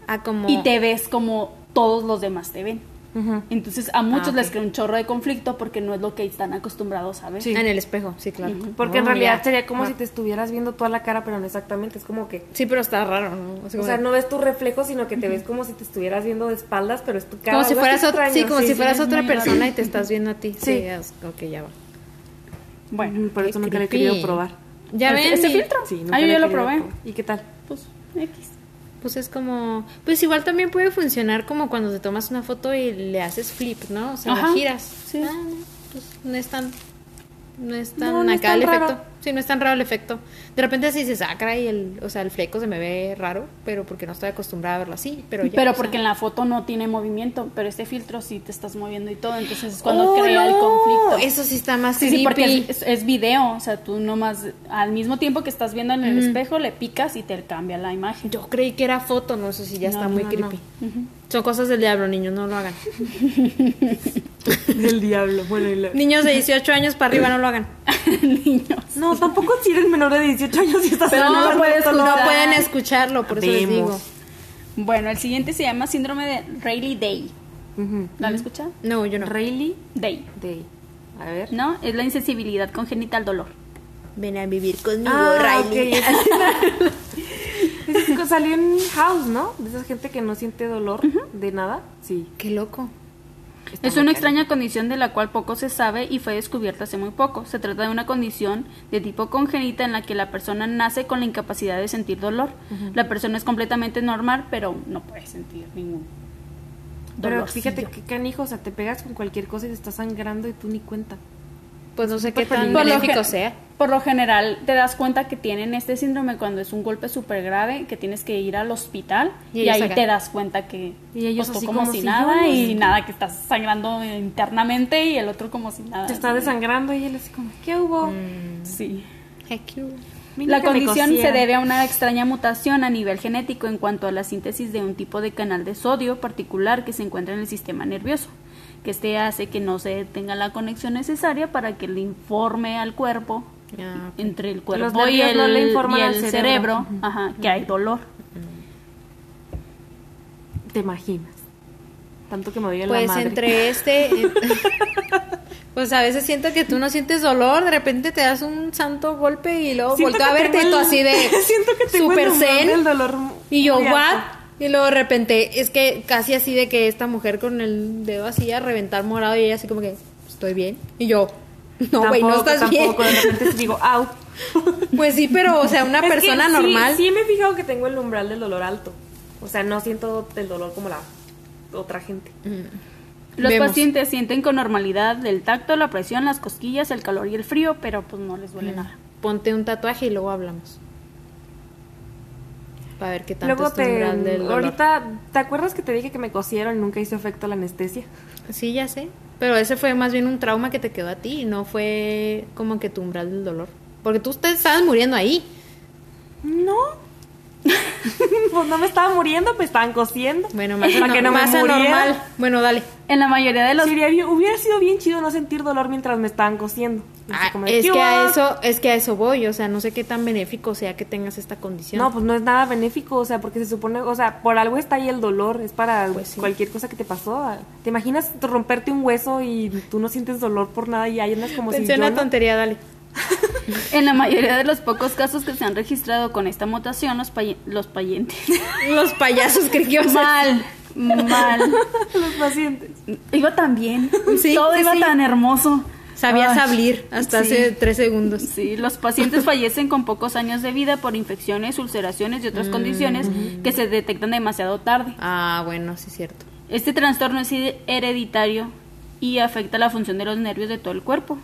S3: Ah, como...
S1: y te ves como todos los demás te ven. Entonces, a muchos
S3: Ah, ok.
S1: les crea un chorro de conflicto porque no es lo que están acostumbrados a ver.
S3: Ah, En el espejo, sí, claro.
S2: Porque en
S3: Oh,
S2: realidad
S3: ya.
S2: sería como
S3: Ah.
S2: si te estuvieras viendo toda la cara, pero no exactamente. Es como que.
S3: Sí, pero está raro, ¿no?
S2: O sea, no ves tu reflejo, sino que te ves como si te estuvieras viendo de espaldas, pero es tu cara.
S3: Como si
S2: algo
S3: fueras,
S2: así
S3: otra, sí,
S2: extraño,
S3: como si fueras
S1: es
S3: otra
S1: muy
S3: persona
S1: raro.
S3: y te estás viendo a ti. Sí.
S2: Sí.
S3: es- ok, ya va.
S1: Bueno,
S2: Mm, Por eso
S3: Qué
S2: nunca lo he
S3: creepy.
S2: querido probar.
S3: Ya
S1: ¿Este-
S3: ven.
S1: este
S3: y-
S1: filtro?
S2: nunca
S1: Ah, yo
S2: he
S1: ya lo
S2: querido
S1: probé.
S2: probar. ¿Y qué tal?
S1: pues, X.
S3: Pues es como. Pues igual también puede funcionar como cuando te tomas una foto y le haces flip, ¿no? O sea, la
S1: Ajá,
S3: giras.
S1: sí.
S3: Ah, no, pues no es tan. No es tan
S2: No, no es
S3: acá
S2: tan
S3: el
S2: raro.
S3: efecto. Sí, no es tan raro el efecto. De repente así dices, ah, caray, el, o sea, el fleco se me ve raro, pero porque no estoy acostumbrada a verlo así. Pero ya.
S1: Pero
S3: o sea.
S1: porque en la foto no tiene movimiento, pero este filtro sí te estás moviendo y todo, entonces es cuando
S3: ¡Oh,
S1: crea el
S3: no!
S1: conflicto.
S3: Eso sí está más
S1: sí, sí, porque
S3: creepy.
S1: es, es- es video, o sea, tú nomás al mismo tiempo que estás viendo en el espejo le picas y te cambia la imagen.
S3: Yo creí que era foto, no sé si ya
S1: No,
S3: está
S1: no,
S3: muy
S1: no.
S3: creepy. Son cosas del diablo, niños, no lo hagan.
S2: Del diablo. Bueno, y la-
S3: Niños de 18 años para arriba no lo hagan.
S1: Niños.
S2: No, tampoco si eres menor de 18 años y estás
S1: Pero
S2: en
S1: no
S2: un
S1: lo puedes
S2: cuarto,
S1: juzgar.
S3: No pueden escucharlo, por eso les digo.
S2: Vemos.
S1: Bueno, el siguiente se llama síndrome de Rayleigh Day.
S2: Ujú.
S1: ¿La han escuchado?
S3: No, yo no.
S2: Rayleigh
S1: Day.
S2: Day. A ver.
S1: ¿No? Es la insensibilidad congénita al dolor.
S3: Ven a vivir conmigo,
S2: Ah,
S3: Riley.
S2: ok. Es que salió en House, ¿no? De esa gente que no siente dolor de nada. Sí.
S3: Qué loco.
S2: Está
S1: Es una
S2: muy
S1: extraña condición de la cual poco se sabe y fue descubierta hace muy poco. Se trata de una condición de tipo congénita en la que la persona nace con la incapacidad de sentir dolor. La persona es completamente normal, pero no puede sentir ningún dolor.
S2: Pero fíjate que canijo, o sea, te pegas con cualquier cosa y te está sangrando y tú ni cuenta.
S3: Pues no sé qué
S2: Por
S3: tan
S2: lo
S3: benéfico
S1: gen-
S3: sea.
S1: por lo general te das cuenta que tienen este síndrome cuando es un golpe súper grave, que tienes que ir al hospital
S3: Y
S1: y,
S3: ellos
S1: ahí
S3: acá.
S1: te das cuenta que
S2: Y ellos
S1: pues, tú
S2: así
S1: como,
S2: como
S1: si
S2: si
S1: nada
S2: yo no-
S1: y nada, que estás sangrando internamente y el otro como si nada.
S2: Te está desangrando y él así como, ¿qué hubo?
S1: Sí.
S3: Heck you.
S2: Mira
S1: La
S2: que me
S1: condición se
S2: cosieron.
S1: debe a una extraña mutación a nivel genético en cuanto a la síntesis de un tipo de canal de sodio particular que se encuentra en el sistema nervioso, que este hace que no se tenga la conexión necesaria para que le informe al cuerpo,
S3: Ah,
S1: entre el
S2: Los
S1: cuerpo y
S2: nervios
S1: el,
S2: no le informan
S1: y
S2: al
S1: el cerebro,
S2: cerebro.
S1: ajá, que hay dolor.
S2: Te imaginas. Tanto que me dio la
S3: Pues
S2: madre.
S3: entre este. Pues a veces siento que tú no sientes dolor, de repente te das un santo golpe y luego
S2: Siento
S3: volteo a
S2: que
S3: verte y
S2: tengo
S3: tú
S2: el-
S3: así de
S2: Siento que tengo
S3: super
S2: el umbral
S3: zen.
S2: del dolor
S3: Y yo,
S2: muy
S3: ¿what?
S2: alto.
S3: Y luego de repente, es que casi así de que esta mujer con el dedo así a reventar morado y ella así como que, estoy bien. Y yo, no, güey, no
S2: Tampoco,
S3: estás
S2: tampoco,
S3: bien.
S2: De repente sí digo, au.
S3: Pues sí, pero, o sea, una
S2: Es que
S3: persona
S2: sí,
S3: normal.
S2: Sí, me he fijado que tengo el umbral del dolor alto. O sea, no siento el dolor como la otra gente.
S1: Los
S3: Vemos.
S1: pacientes sienten con normalidad el tacto, la presión, las cosquillas, el calor y el frío, pero pues no les
S2: Mm.
S1: duele nada.
S3: Ponte un tatuaje y luego hablamos. Para ver qué tanto
S2: Luego
S3: es tu
S2: te.
S3: umbral del dolor.
S2: Ahorita, ¿te acuerdas que te dije que me cosieron y nunca hizo efecto la anestesia?
S3: Sí, ya sé. Pero ese fue más bien un trauma que te quedó a ti y no fue como que tu umbral del dolor. Porque tú te estabas muriendo ahí.
S2: No. pues no me estaba muriendo, me estaban cosiendo.
S3: Bueno, más,
S2: para que no
S3: más
S2: me muriera.
S3: anormal. Bueno, dale.
S1: En la mayoría de los...
S2: Sería bien- hubiera sido bien chido no sentir dolor mientras me estaban cosiendo. Así
S3: Ah,
S2: como de,
S3: es
S2: "¿Qué
S3: que a
S2: hubo?".
S3: eso, es que a eso voy, o sea, no sé qué tan benéfico sea que tengas esta condición.
S2: No, pues no es nada benéfico, o sea, porque se supone, o sea, por algo está ahí el dolor, es para
S3: Pues sí.
S2: cualquier cosa que te pasó. ¿Te imaginas romperte un hueso y tú no sientes dolor por nada y ahí andas como
S3: Pensé
S2: si yo
S3: en una
S2: no?
S3: tontería, dale.
S1: En la mayoría de los pocos casos que se han registrado con esta mutación, los, paye- los payentes...
S3: Los payasos creo que ibas a-
S1: Mal, mal.
S2: Los pacientes.
S1: Iba tan bien.
S3: Sí,
S1: Todo
S3: sí,
S1: iba
S3: sí.
S1: tan hermoso.
S3: Sabías
S1: Ay,
S3: abrir hasta
S1: sí.
S3: hace tres segundos.
S1: Sí, los pacientes fallecen con pocos años de vida por infecciones, ulceraciones y
S3: Mm,
S1: otras condiciones que se detectan demasiado tarde.
S3: Ah, bueno, sí es cierto.
S1: Este trastorno es hereditario y afecta la función de los nervios de todo el cuerpo.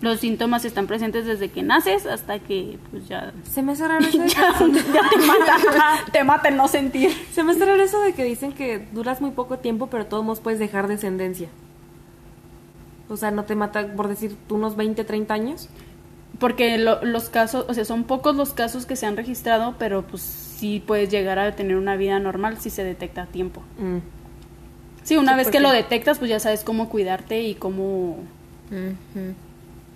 S1: Los síntomas están presentes desde que naces hasta que pues ya,
S2: Se me hace raro eso de
S1: ya, ya te matan, te matan no sentir.
S2: que, se me hace raro eso de que dicen que duras muy poco tiempo, pero de todos modos puedes dejar descendencia. O sea, no te mata por decir unos 20, 30 años.
S1: Porque lo- los casos, o sea, son pocos los casos que se han registrado, pero pues sí puedes llegar a tener una vida normal si se detecta a tiempo.
S3: Mm.
S1: Sí, una
S3: Sí,
S1: vez que
S3: porque-
S1: lo detectas, pues ya sabes cómo cuidarte y cómo
S3: Ujú.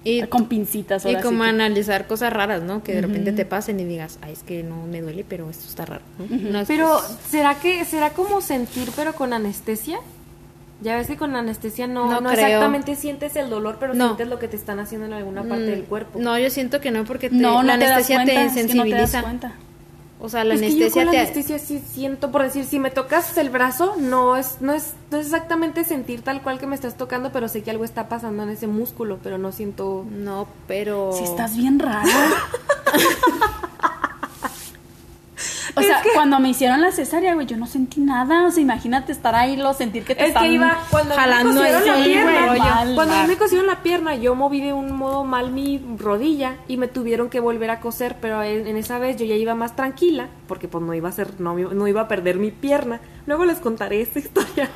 S3: Y,
S1: con pincitas
S3: y
S1: ahora sí
S3: como
S1: que-
S3: analizar cosas raras, ¿no? Que de repente te pasen y digas, ay, es que no me duele, pero esto está raro. ¿no? No,
S2: Pero
S3: pues,
S2: ¿será que será como sentir pero con anestesia? Ya ves que con anestesia no,
S3: No
S2: no,
S3: creo.
S2: exactamente sientes el dolor, pero
S3: No.
S2: sientes lo que te están haciendo en alguna parte del
S3: mm,
S2: cuerpo.
S3: No, yo siento que no, porque te-
S1: no, no
S3: la
S1: te das
S3: anestesia
S1: cuenta,
S3: te
S1: es que no te das
S3: sensibiliza.
S1: cuenta.
S3: o sea, la
S2: es que yo
S3: anestesia
S2: con la
S3: te.
S2: anestesia sí siento, por decir, si me tocas el brazo, no es, no es, no es exactamente sentir tal cual que me estás tocando, pero sé que algo está pasando en ese músculo, pero no siento.
S3: No, pero.
S1: Si estás bien raro. o sea, cuando me hicieron la cesárea, güey, yo no sentí nada. O sea, imagínate estar ahí, lo sentir que te
S2: Es
S1: están...
S2: que iba cuando
S3: jalando
S2: me
S3: ahí,
S2: cosieron la
S3: sí,
S2: pierna,
S1: güey, mal,
S2: cuando
S1: mal.
S2: me cosieron la pierna, yo moví de un modo mal mi rodilla y me tuvieron que volver a coser, pero en, en esa vez yo ya iba más tranquila porque pues no iba a ser no, no iba a perder mi pierna. Luego les contaré esta historia.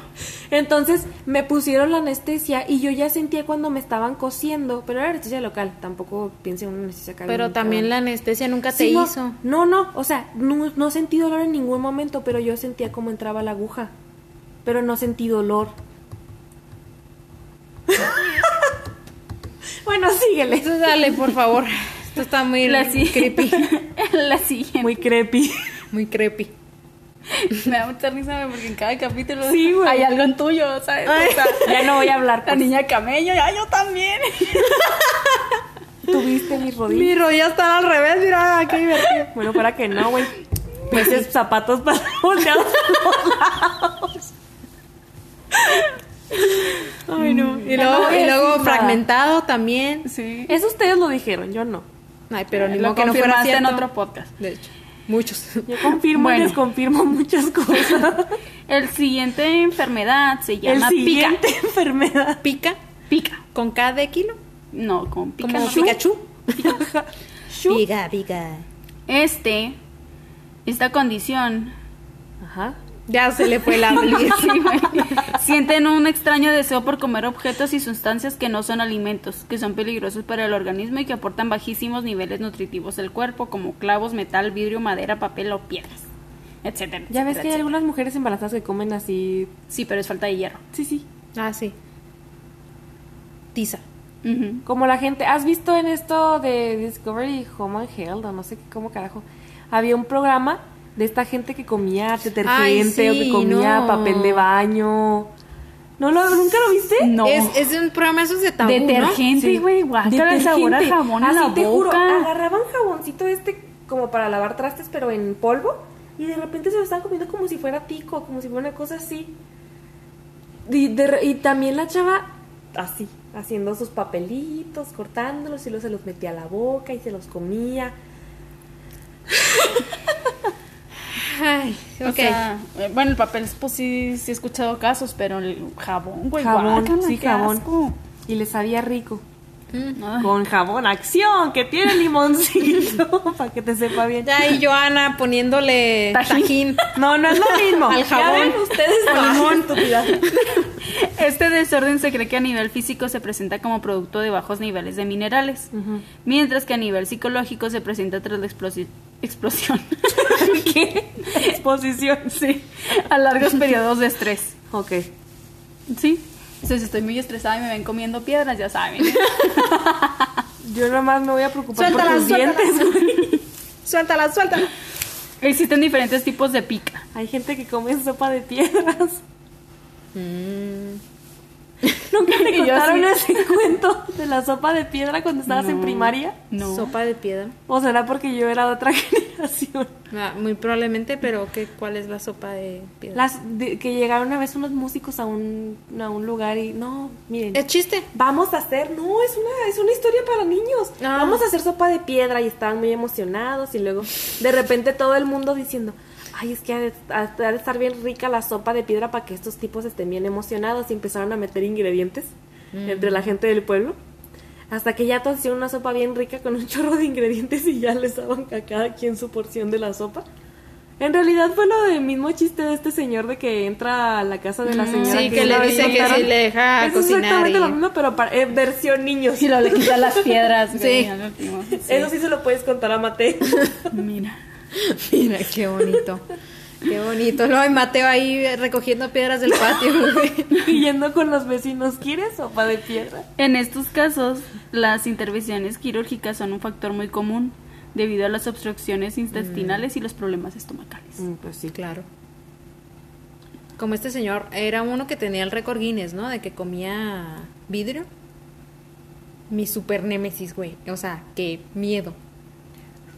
S2: Entonces me pusieron la anestesia y yo ya sentía cuando me estaban cosiendo, pero era anestesia local, tampoco piense en una anestesia acá
S3: Pero
S2: bien
S3: también la
S2: cabrona.
S3: anestesia nunca
S2: Sí,
S3: te
S2: no,
S3: hizo.
S2: No, no, o sea, no, no sentí dolor en ningún momento, pero yo sentía como entraba la aguja. Pero no sentí dolor. bueno, síguele.
S3: Entonces, dale, por favor. Esto está muy
S1: La, si-
S3: creepy.
S1: la siguiente.
S2: Muy creepy.
S3: Muy creepy.
S1: Me da mucha risa güey, porque en cada capítulo
S2: Sí, güey.
S1: hay algo en tuyo, ¿sabes? O sea,
S2: ya no voy a hablar.
S1: la
S2: pues.
S1: niña camello, ya yo también.
S2: Tuviste mis rodillas.
S3: Mi rodilla está al revés, mira, qué divertido.
S2: Bueno, para que no, güey. Meses zapatos para volteados.
S3: Ay, no.
S1: Ya
S3: Y
S1: no
S3: luego,
S1: voy a
S3: y luego
S1: decir nada.
S3: fragmentado también.
S1: Sí.
S2: Eso ustedes lo dijeron, yo no.
S3: Ay, pero ni
S1: lo
S3: modo que no fuera
S1: confirmaste
S3: cierto.
S1: en otro podcast.
S3: De hecho, muchos.
S2: Yo confirmo y
S1: Bueno.
S2: desconfirmo muchas cosas.
S1: El siguiente enfermedad se
S2: El
S1: llama pica.
S2: siguiente enfermedad.
S3: Pica
S1: Pica.
S3: con cada kilo.
S1: No, con pica.
S3: Como
S1: no.
S3: Pikachu.
S2: Shu.
S3: Pica, pica.
S1: Este, esta condición,
S2: Ajá.
S3: Ya se le fue la
S1: sí, güey, sienten un extraño deseo por comer objetos y sustancias que no son alimentos, que son peligrosos para el organismo y que aportan bajísimos niveles nutritivos del cuerpo, como clavos, metal, vidrio, madera, papel o piedras, etcétera. etcétera,
S2: Ya ves que hay
S1: etcétera.
S2: algunas mujeres embarazadas que comen así.
S1: Sí, pero es falta de hierro.
S2: Sí, sí.
S3: Ah, sí. Tiza.
S1: Ujú.
S2: Como la gente. ¿Has visto en esto de Discovery Home and Health o no sé qué, cómo carajo? Había un programa de esta gente que comía detergente
S3: Ay, sí,
S2: o que comía
S3: no.
S2: papel de baño. ¿No lo, ¿Nunca lo viste?
S1: No.
S3: Es, es de un programa esos de tabú, ¿no?
S1: Detergente,
S2: Sí, güey,
S1: guácala, el sabor a jabón a
S2: Así
S1: la
S2: te juro,
S1: boca.
S2: agarraban jaboncito este como para lavar trastes, pero en polvo, y de repente se lo estaban comiendo como si fuera tico, como si fuera una cosa así. Y, de re- y también la chava así, haciendo sus papelitos, cortándolos, y luego se los metía a la boca y se los comía.
S3: Ay,
S1: O
S3: ok.
S1: sea, eh, bueno, el papel, pues sí, sí he escuchado casos, pero el jabón, güey,
S2: Jabón,
S1: guácala,
S2: sí,
S1: qué
S2: jabón.
S1: asco.
S2: Y le sabía rico.
S3: Mm.
S1: Ay.
S2: Con jabón, acción, que tiene limoncito, para que te sepa bien.
S3: Ya y Joana poniéndole
S1: Tajín.
S3: tajín.
S2: No, no es lo mismo.
S3: Al
S2: Ya
S3: jabón.
S2: ven ustedes
S3: Con
S2: no.
S3: limón.
S2: Estúpida.
S1: Este desorden se cree que a nivel físico se presenta como producto de bajos niveles de minerales,
S2: Ujú.
S1: mientras que a nivel psicológico se presenta tras la explosi- Explosión. ¿Qué? Exposición, sí. A largos periodos de estrés.
S2: Ok.
S1: Sí. Entonces, si estoy muy estresada y me ven comiendo piedras, ya saben. ¿eh?
S2: Yo nomás me voy a preocupar por
S3: Suéltala,
S2: tus
S3: suéltala.
S2: dientes, güey.
S3: Suéltala, suéltala.
S1: Existen diferentes tipos de pica.
S2: Hay gente que come sopa de piedras.
S3: Mm,
S2: Nunca te
S1: Y yo
S2: contaron
S1: así-
S2: ese cuento de la sopa de piedra cuando estabas en
S1: No.
S2: primaria.
S1: No.
S3: Sopa de piedra.
S2: O será porque yo era de otra generación.
S3: Ah, muy probablemente, pero ¿qué, ¿cuál es la sopa de piedra?
S2: Las de- que llegaron una vez unos músicos a un, a un lugar y no, miren.
S3: Es chiste.
S2: Vamos a hacer, no, es una, es una historia para niños.
S3: Ah.
S2: Vamos a hacer sopa de piedra y estaban muy emocionados y luego de repente todo el mundo diciendo, ay, es que ha de, ha de estar bien rica la sopa de piedra para que estos tipos estén bien emocionados y empezaron a meter ingredientes
S3: Mm.
S2: entre la gente del pueblo. Hasta que ya todos hicieron una sopa bien rica con un chorro de ingredientes y ya les daban a cada quien su porción de la sopa. En realidad fue lo del mismo chiste de este señor de que entra a la casa de la
S1: Mm,
S2: señora.
S3: sí, que le
S2: una vez
S3: dice que
S2: contaron.
S3: si le deja
S2: Es
S3: cocinar
S2: exactamente
S3: y-
S2: lo mismo, pero para, eh, versión niños.
S1: Si lo le quitas las piedras.
S3: Sí.
S1: güey, al último.
S2: Eso sí se lo puedes contar a Mateo.
S1: Mira.
S3: Mira, qué bonito. Qué bonito. No, y Mateo ahí recogiendo piedras del patio. güey.
S2: y yendo con los vecinos, ¿quieres sopa de piedra?
S1: En estos casos, las intervenciones quirúrgicas son un factor muy común debido a las obstrucciones intestinales y los problemas estomacales.
S2: pues sí,
S3: Claro. Como este señor, era uno que tenía el récord Guinness, ¿no? De que comía vidrio. Mi super némesis, güey. O sea, qué miedo.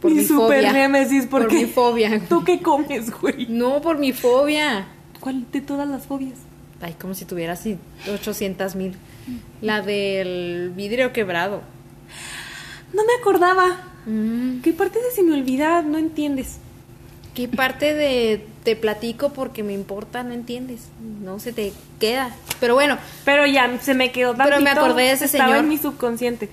S3: Por
S2: mi,
S3: mi
S2: super
S3: fobia.
S2: némesis,
S3: Por
S2: porque
S3: mi fobia. güey.
S2: ¿Tú qué comes, güey?
S3: No, por mi fobia.
S2: ¿Cuál de todas las fobias?
S3: Ay, como si tuviera así 800 mil. La del vidrio quebrado.
S2: No me acordaba. ¿Qué parte se me olvida? No entiendes.
S3: Mm, ¿Qué parte de te platico porque me importa no entiendes? No se te queda. Pero bueno,
S2: Pero ya se me quedó
S3: Pero me
S2: tantito,
S3: acordé de ese
S2: estaba
S3: señor.
S2: en mi subconsciente.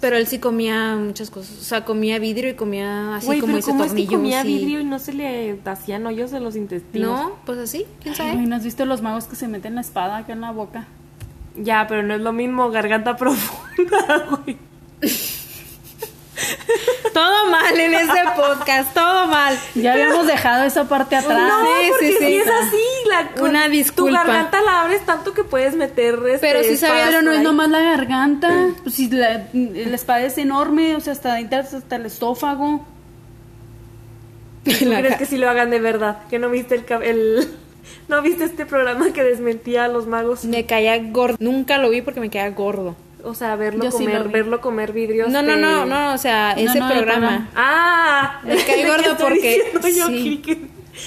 S3: Pero él sí comía muchas cosas. O sea, comía vidrio y comía así
S2: Güey,
S3: como
S2: pero
S3: ese
S2: ¿cómo es que
S3: tornillo.
S2: comía
S3: sí.
S2: vidrio y no se le hacían hoyos en los intestinos?
S3: No, pues así, quién
S1: Ay,
S3: sabe.
S1: güey, ¿no has visto los magos que se meten la espada acá en la boca?
S2: Ya, pero no es lo mismo garganta profunda, güey.
S3: todo mal en este podcast, todo mal.
S1: Ya habíamos dejado esa parte atrás.
S2: No,
S3: Ah, Sí,
S2: porque
S3: sí,
S2: si
S3: sí.
S2: es así, la,
S3: Una disculpa.
S2: Tu garganta la abres tanto que puedes meter este,
S3: Pero sí sabía-
S2: espadas
S1: Pero no
S2: por
S1: es
S2: ahí.
S1: nomás la garganta. Pues si la, la espada es enorme, o sea, hasta, ahí te- hasta el estófago.
S2: ¿Tú crees que sí lo hagan de verdad? Que no viste el, cab- el no viste este programa que desmentía a los magos.
S3: Me caía gordo. Nunca lo vi porque me caía gordo.
S2: O sea, verlo
S1: Yo sí
S2: comer,
S1: lo vi.
S2: verlo comer vidrios.
S3: No, no,
S2: de-
S3: no, no, o sea,
S1: No,
S3: ese
S1: no, el
S3: programa.
S2: Ah,
S3: Me caí
S2: ¿de qué
S3: gordo
S2: estoy
S3: porque-
S2: diciendo yo
S3: sí.
S2: creí que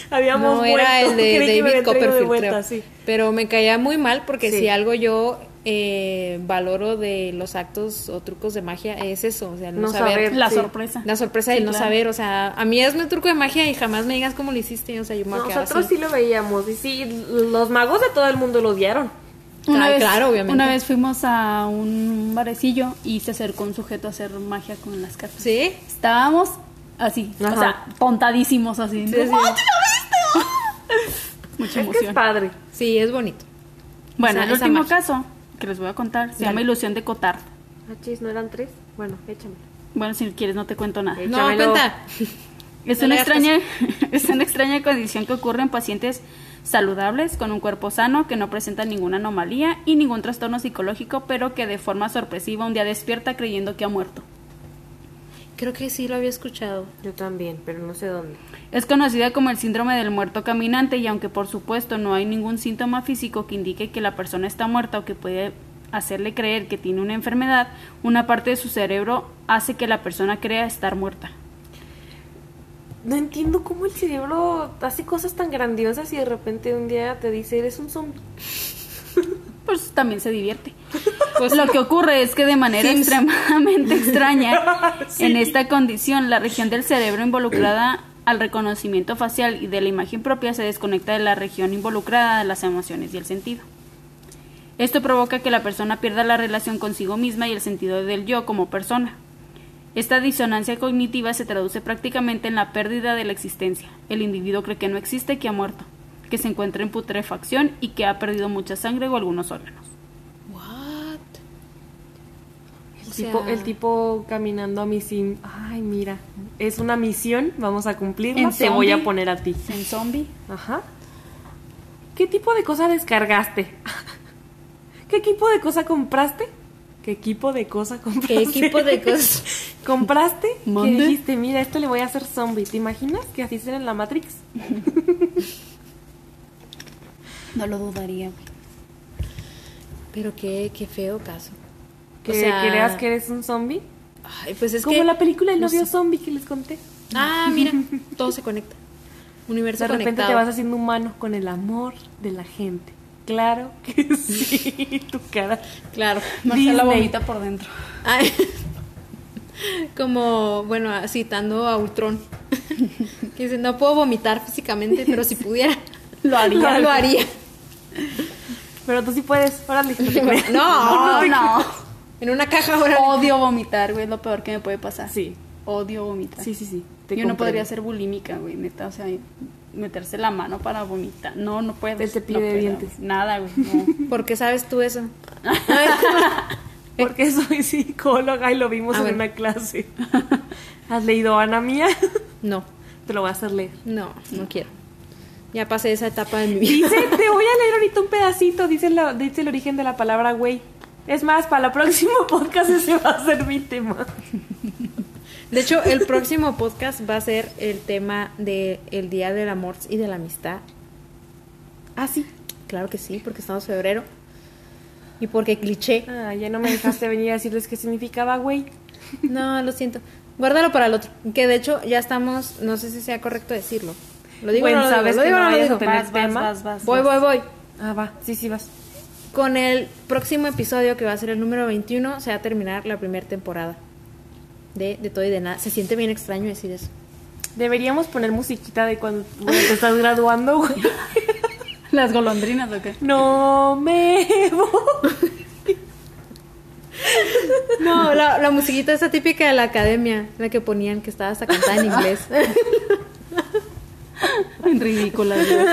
S2: habíamos
S3: no, era
S2: vuelto,
S3: el de
S2: creí que me
S3: David
S2: había traído
S3: Copperfield,
S2: de vuelta,
S3: creo.
S2: sí.
S3: Pero me caía muy mal porque
S2: Sí.
S3: si algo yo eh, valoro de los actos o trucos de magia es eso, o sea, no,
S2: No
S3: saber
S2: saber.
S1: La
S2: Sí.
S1: sorpresa.
S3: Eh, La sorpresa de
S1: Sí,
S3: no
S1: claro.
S3: saber, o sea, a mí es mi truco de magia y jamás me digas cómo lo hiciste, o sea, yo me voy a quedar
S2: Nosotros
S3: así.
S2: sí lo veíamos y sí, los magos de todo el mundo lo odiaron.
S1: Una
S3: Ah,
S1: vez,
S3: claro, obviamente.
S1: Una vez fuimos a un barecillo y se acercó un sujeto a hacer magia con las cartas.
S3: ¿Sí?
S1: Estábamos así,
S2: Ajá.
S1: o sea, tontadísimos así.
S3: Sí, sí.
S1: Mucha
S2: Es que
S1: emoción.
S2: es padre.
S3: Sí, es bonito.
S1: bueno,
S3: Esa-
S1: el
S3: esa
S1: último
S3: magia.
S1: caso que les voy a contar se
S3: Dale.
S1: llama Ilusión de Cotard.
S2: Ah, chis, ¿no eran tres? Bueno, échamelo.
S1: Bueno, si quieres no te cuento nada.
S2: Eh,
S3: No,
S2: Échamelo.
S3: cuenta.
S1: Es
S3: No
S1: una,
S3: le hagas
S1: extraña, es una extraña condición que ocurre en pacientes saludables, con un cuerpo sano, que no presenta ninguna anomalía y ningún trastorno psicológico, pero que de forma sorpresiva un día despierta creyendo que ha muerto.
S3: Creo que sí lo había escuchado.
S2: Yo también, pero no sé dónde.
S1: Es conocida como el síndrome del muerto caminante y aunque por supuesto no hay ningún síntoma físico que indique que la persona está muerta o que puede hacerle creer que tiene una enfermedad, una parte de su cerebro hace que la persona crea estar muerta.
S2: No entiendo cómo el cerebro hace cosas tan grandiosas y de repente un día te dice, eres un zombie.
S1: Pues también se divierte.
S3: Pues
S1: Lo que ocurre es que de manera extremadamente extraña, en esta condición, la región del cerebro involucrada al reconocimiento facial y de la imagen propia se desconecta de la región involucrada de las emociones y el sentido. Esto provoca que la persona pierda la relación consigo misma y el sentido del yo como persona. Esta disonancia cognitiva se traduce prácticamente en la pérdida de la existencia. El individuo cree que no existe, que ha muerto, que se encuentra en putrefacción y que ha perdido mucha sangre o algunos órganos.
S3: What?
S2: El
S3: O
S2: tipo, el tipo caminando a mi sim. Ay, mira, es una misión, vamos a cumplirla.
S1: En
S2: Te voy a
S1: zombie.
S2: poner a ti.
S1: En zombie.
S2: Ajá. ¿Qué tipo de cosa descargaste? ¿Qué equipo de cosa compraste? ¿Qué equipo de cosa compraste?
S3: ¿Qué equipo de cosas?
S2: ¿Compraste? Que
S1: Mande.
S2: dijiste, mira, esto le voy a hacer zombie. ¿Te imaginas que así será en la Matrix?
S1: No lo dudaría, güey.
S3: Pero qué, qué feo caso.
S2: Que
S3: O sea-
S2: creas que eres un zombie.
S3: Ay, pues es
S2: Como
S3: que...
S2: la película El
S3: no
S2: novio
S3: sé.
S2: zombie que les conté.
S3: Ah, mira, todo se conecta. Universo
S2: De repente
S3: conectado.
S2: te vas haciendo humano con el amor de la gente. Claro que sí, tu cara.
S3: Claro.
S1: Marcela
S2: Disney.
S1: vomita por dentro.
S3: Ay, como, bueno, citando a Ultron. Que dice, no puedo vomitar físicamente, pero si pudiera,
S1: Lo haría.
S3: lo haría.
S2: Pero tú sí puedes, órale. no te creas.
S3: No,
S1: No, no.
S3: En una caja ahora.
S2: Oh.
S1: Odio vomitar, güey. Es lo peor que me puede pasar.
S2: Sí,
S1: Odio vomitar.
S2: sí, sí, sí. te
S1: Yo no
S2: comprendo.
S1: podría ser bulímica, güey, neta, o sea, meterse la mano para vomitar. No, no puedo.
S2: El cepillo
S1: no
S2: de
S1: puedo,
S2: dientes.
S1: güey. Nada, güey, no.
S3: ¿Por qué sabes tú eso?
S2: Porque soy psicóloga y lo vimos
S3: A
S2: en
S3: ver.
S2: una clase. ¿Has leído Ana Mía?
S3: No,
S2: Te lo voy a hacer leer.
S3: no, no quiero. Ya pasé esa etapa de mi vida.
S2: Dice, te voy a leer ahorita un pedacito, dice, la- dice el origen de la palabra güey. Es más, para el próximo podcast ese va a ser mi tema.
S3: De hecho, el próximo podcast va a ser el tema del el Día del Amor y de la Amistad. Ah, sí. Claro que sí, porque estamos en febrero. Y porque cliché.
S2: Ah, ya no me dejaste venir a decirles qué significaba güey.
S3: No, lo siento. Guárdalo para el otro. Que de hecho ya estamos, no sé si sea correcto decirlo. Lo digo, o
S2: Bueno,
S3: no lo digo,
S2: sabes
S3: lo
S2: que
S3: digo, o
S2: no
S3: no lo
S2: vayas a
S3: digo.
S2: tener
S1: Vas, vas,
S2: tema?
S1: vas, vas,
S3: Voy,
S1: vas.
S3: voy, voy.
S2: Ah, va, sí, sí vas.
S3: Con el próximo episodio que va a ser el número 21 se va a terminar la primera temporada de, de todo y de nada. Se siente bien extraño decir eso.
S2: Deberíamos poner musiquita de cuando bueno, te estás graduando, güey.
S1: Las golondrinas, ¿o qué?
S2: No me voy.
S3: No, la, la musiquita esa típica de la academia, la que ponían que estaba hasta cantada en inglés.
S1: En ridícula, güey.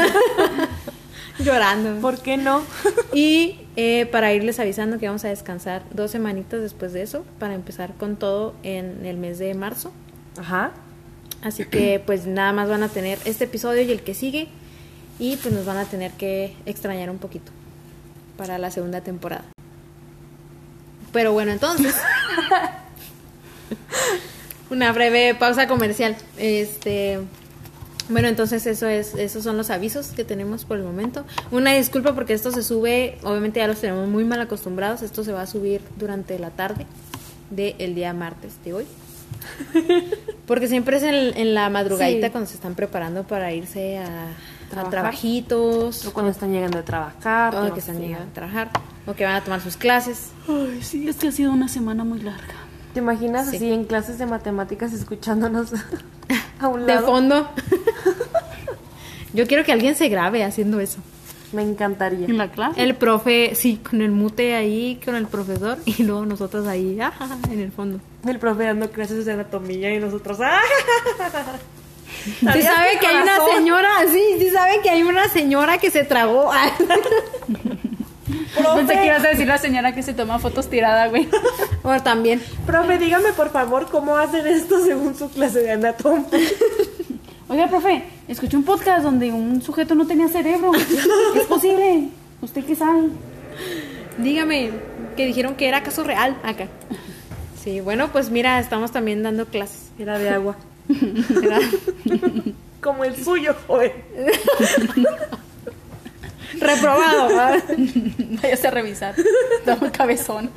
S3: Llorando.
S2: ¿Por qué no?
S3: Y eh, para irles avisando que vamos a descansar dos semanitas después de eso, para empezar con todo en el mes de marzo.
S2: Ajá.
S3: Así que pues nada más van a tener este episodio y el que sigue. Y pues nos van a tener que extrañar un poquito para la segunda temporada. Pero bueno, entonces... una breve pausa comercial. Este... Bueno, entonces eso es, esos son los avisos que tenemos por el momento. Una disculpa porque esto se sube, obviamente ya los tenemos muy mal acostumbrados, esto se va a subir durante la tarde del día martes de hoy. Porque siempre es en, en la madrugadita
S2: Sí.
S3: cuando se están preparando para irse a, a
S2: Trabajar.
S3: trabajitos,
S2: O cuando están llegando a trabajar.
S3: o
S2: no
S3: que están
S2: sé.
S3: llegando a trabajar, o que van a tomar sus clases.
S1: Ay, sí, es que ha sido una semana muy larga.
S2: ¿Te imaginas
S3: Sí.
S2: así en clases de matemáticas escuchándonos a un
S3: De
S2: lado?
S3: fondo. Yo quiero que alguien se grabe haciendo eso.
S2: Me encantaría.
S1: ¿En la clase?
S3: El profe, sí, con el mute ahí, con el profesor, y luego nosotros ahí, ajá, en el fondo.
S2: El profe dando clases de anatomía y nosotros. ¡Ah!
S3: Sí
S2: ¿Sabías
S3: sabe
S2: que
S3: que hay una
S2: corazón?
S3: señora, sí, sí sabe que hay una señora que se tragó. Ah,
S1: Pensé que ibas a decir la señora que se toma fotos tirada, güey.
S3: O también.
S2: Profe, dígame por favor cómo hacen esto según su clase de anatomía.
S1: Oiga, profe, escuché un podcast donde un sujeto no tenía cerebro. güey. ¿Es posible? ¿Usted qué sabe?
S3: Dígame, que dijeron que era caso real acá. Sí, bueno, pues mira, estamos también dando clases.
S2: Era de agua. Como el suyo, joven.
S3: Reprobado. ¿verdad?
S1: Vayas a revisar. Dame cabezón.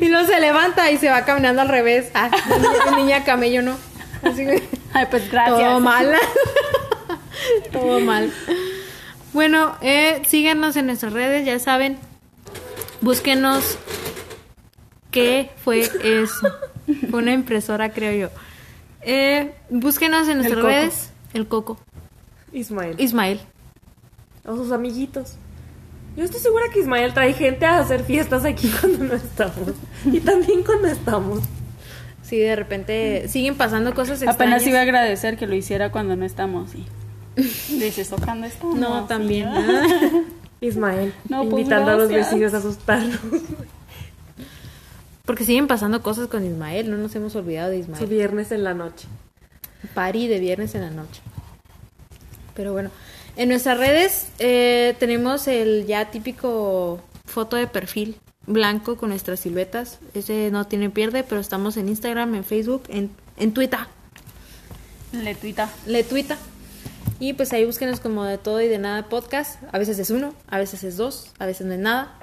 S3: Y luego se levanta y se va caminando al revés. Ah, niña, niña camello, ¿no? Así que,
S1: Ay, pues gracias.
S3: Todo mal. todo mal. Bueno, eh, síganos en nuestras redes, ya saben. Búsquenos qué fue eso. Fue una impresora, creo yo. Eh, búsquenos en nuestras
S2: Coco.
S3: redes. El Coco.
S2: Ismael.
S3: Ismael.
S2: O sus amiguitos. Yo estoy segura que Ismael trae gente a hacer fiestas aquí cuando no estamos. Y también cuando estamos.
S3: Sí, de repente siguen pasando cosas extrañas.
S1: Apenas iba a agradecer que lo hiciera cuando no estamos. Y... Dices, tocando esto.
S3: No, también.
S2: Ismael,
S1: No, pues,
S2: invitando a los
S1: gracias.
S2: vecinos a asustarnos.
S3: Porque siguen pasando cosas con Ismael, no nos hemos olvidado de
S2: Su
S3: Ismael.
S2: viernes en la noche.
S3: Party de viernes en la noche. Pero bueno, en nuestras redes eh, tenemos el ya típico foto de perfil blanco con nuestras siluetas. Ese no tiene pierde, pero estamos en Instagram, en Facebook, en, en Twitter.
S1: Le tuita.
S3: Le tuita. Y pues ahí búsquenos como de todo y de nada podcast. A veces es uno, a veces es dos, a veces no es nada.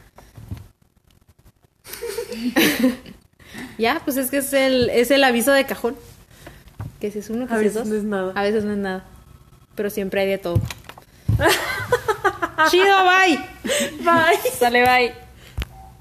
S3: ya, pues es que es el, es el aviso de cajón. Que si es uno, que
S2: A
S3: si es
S2: veces
S3: dos.
S2: no es nada.
S3: A veces no es nada. Pero siempre hay de todo. Chido, bye.
S2: Bye.
S3: Sale, bye.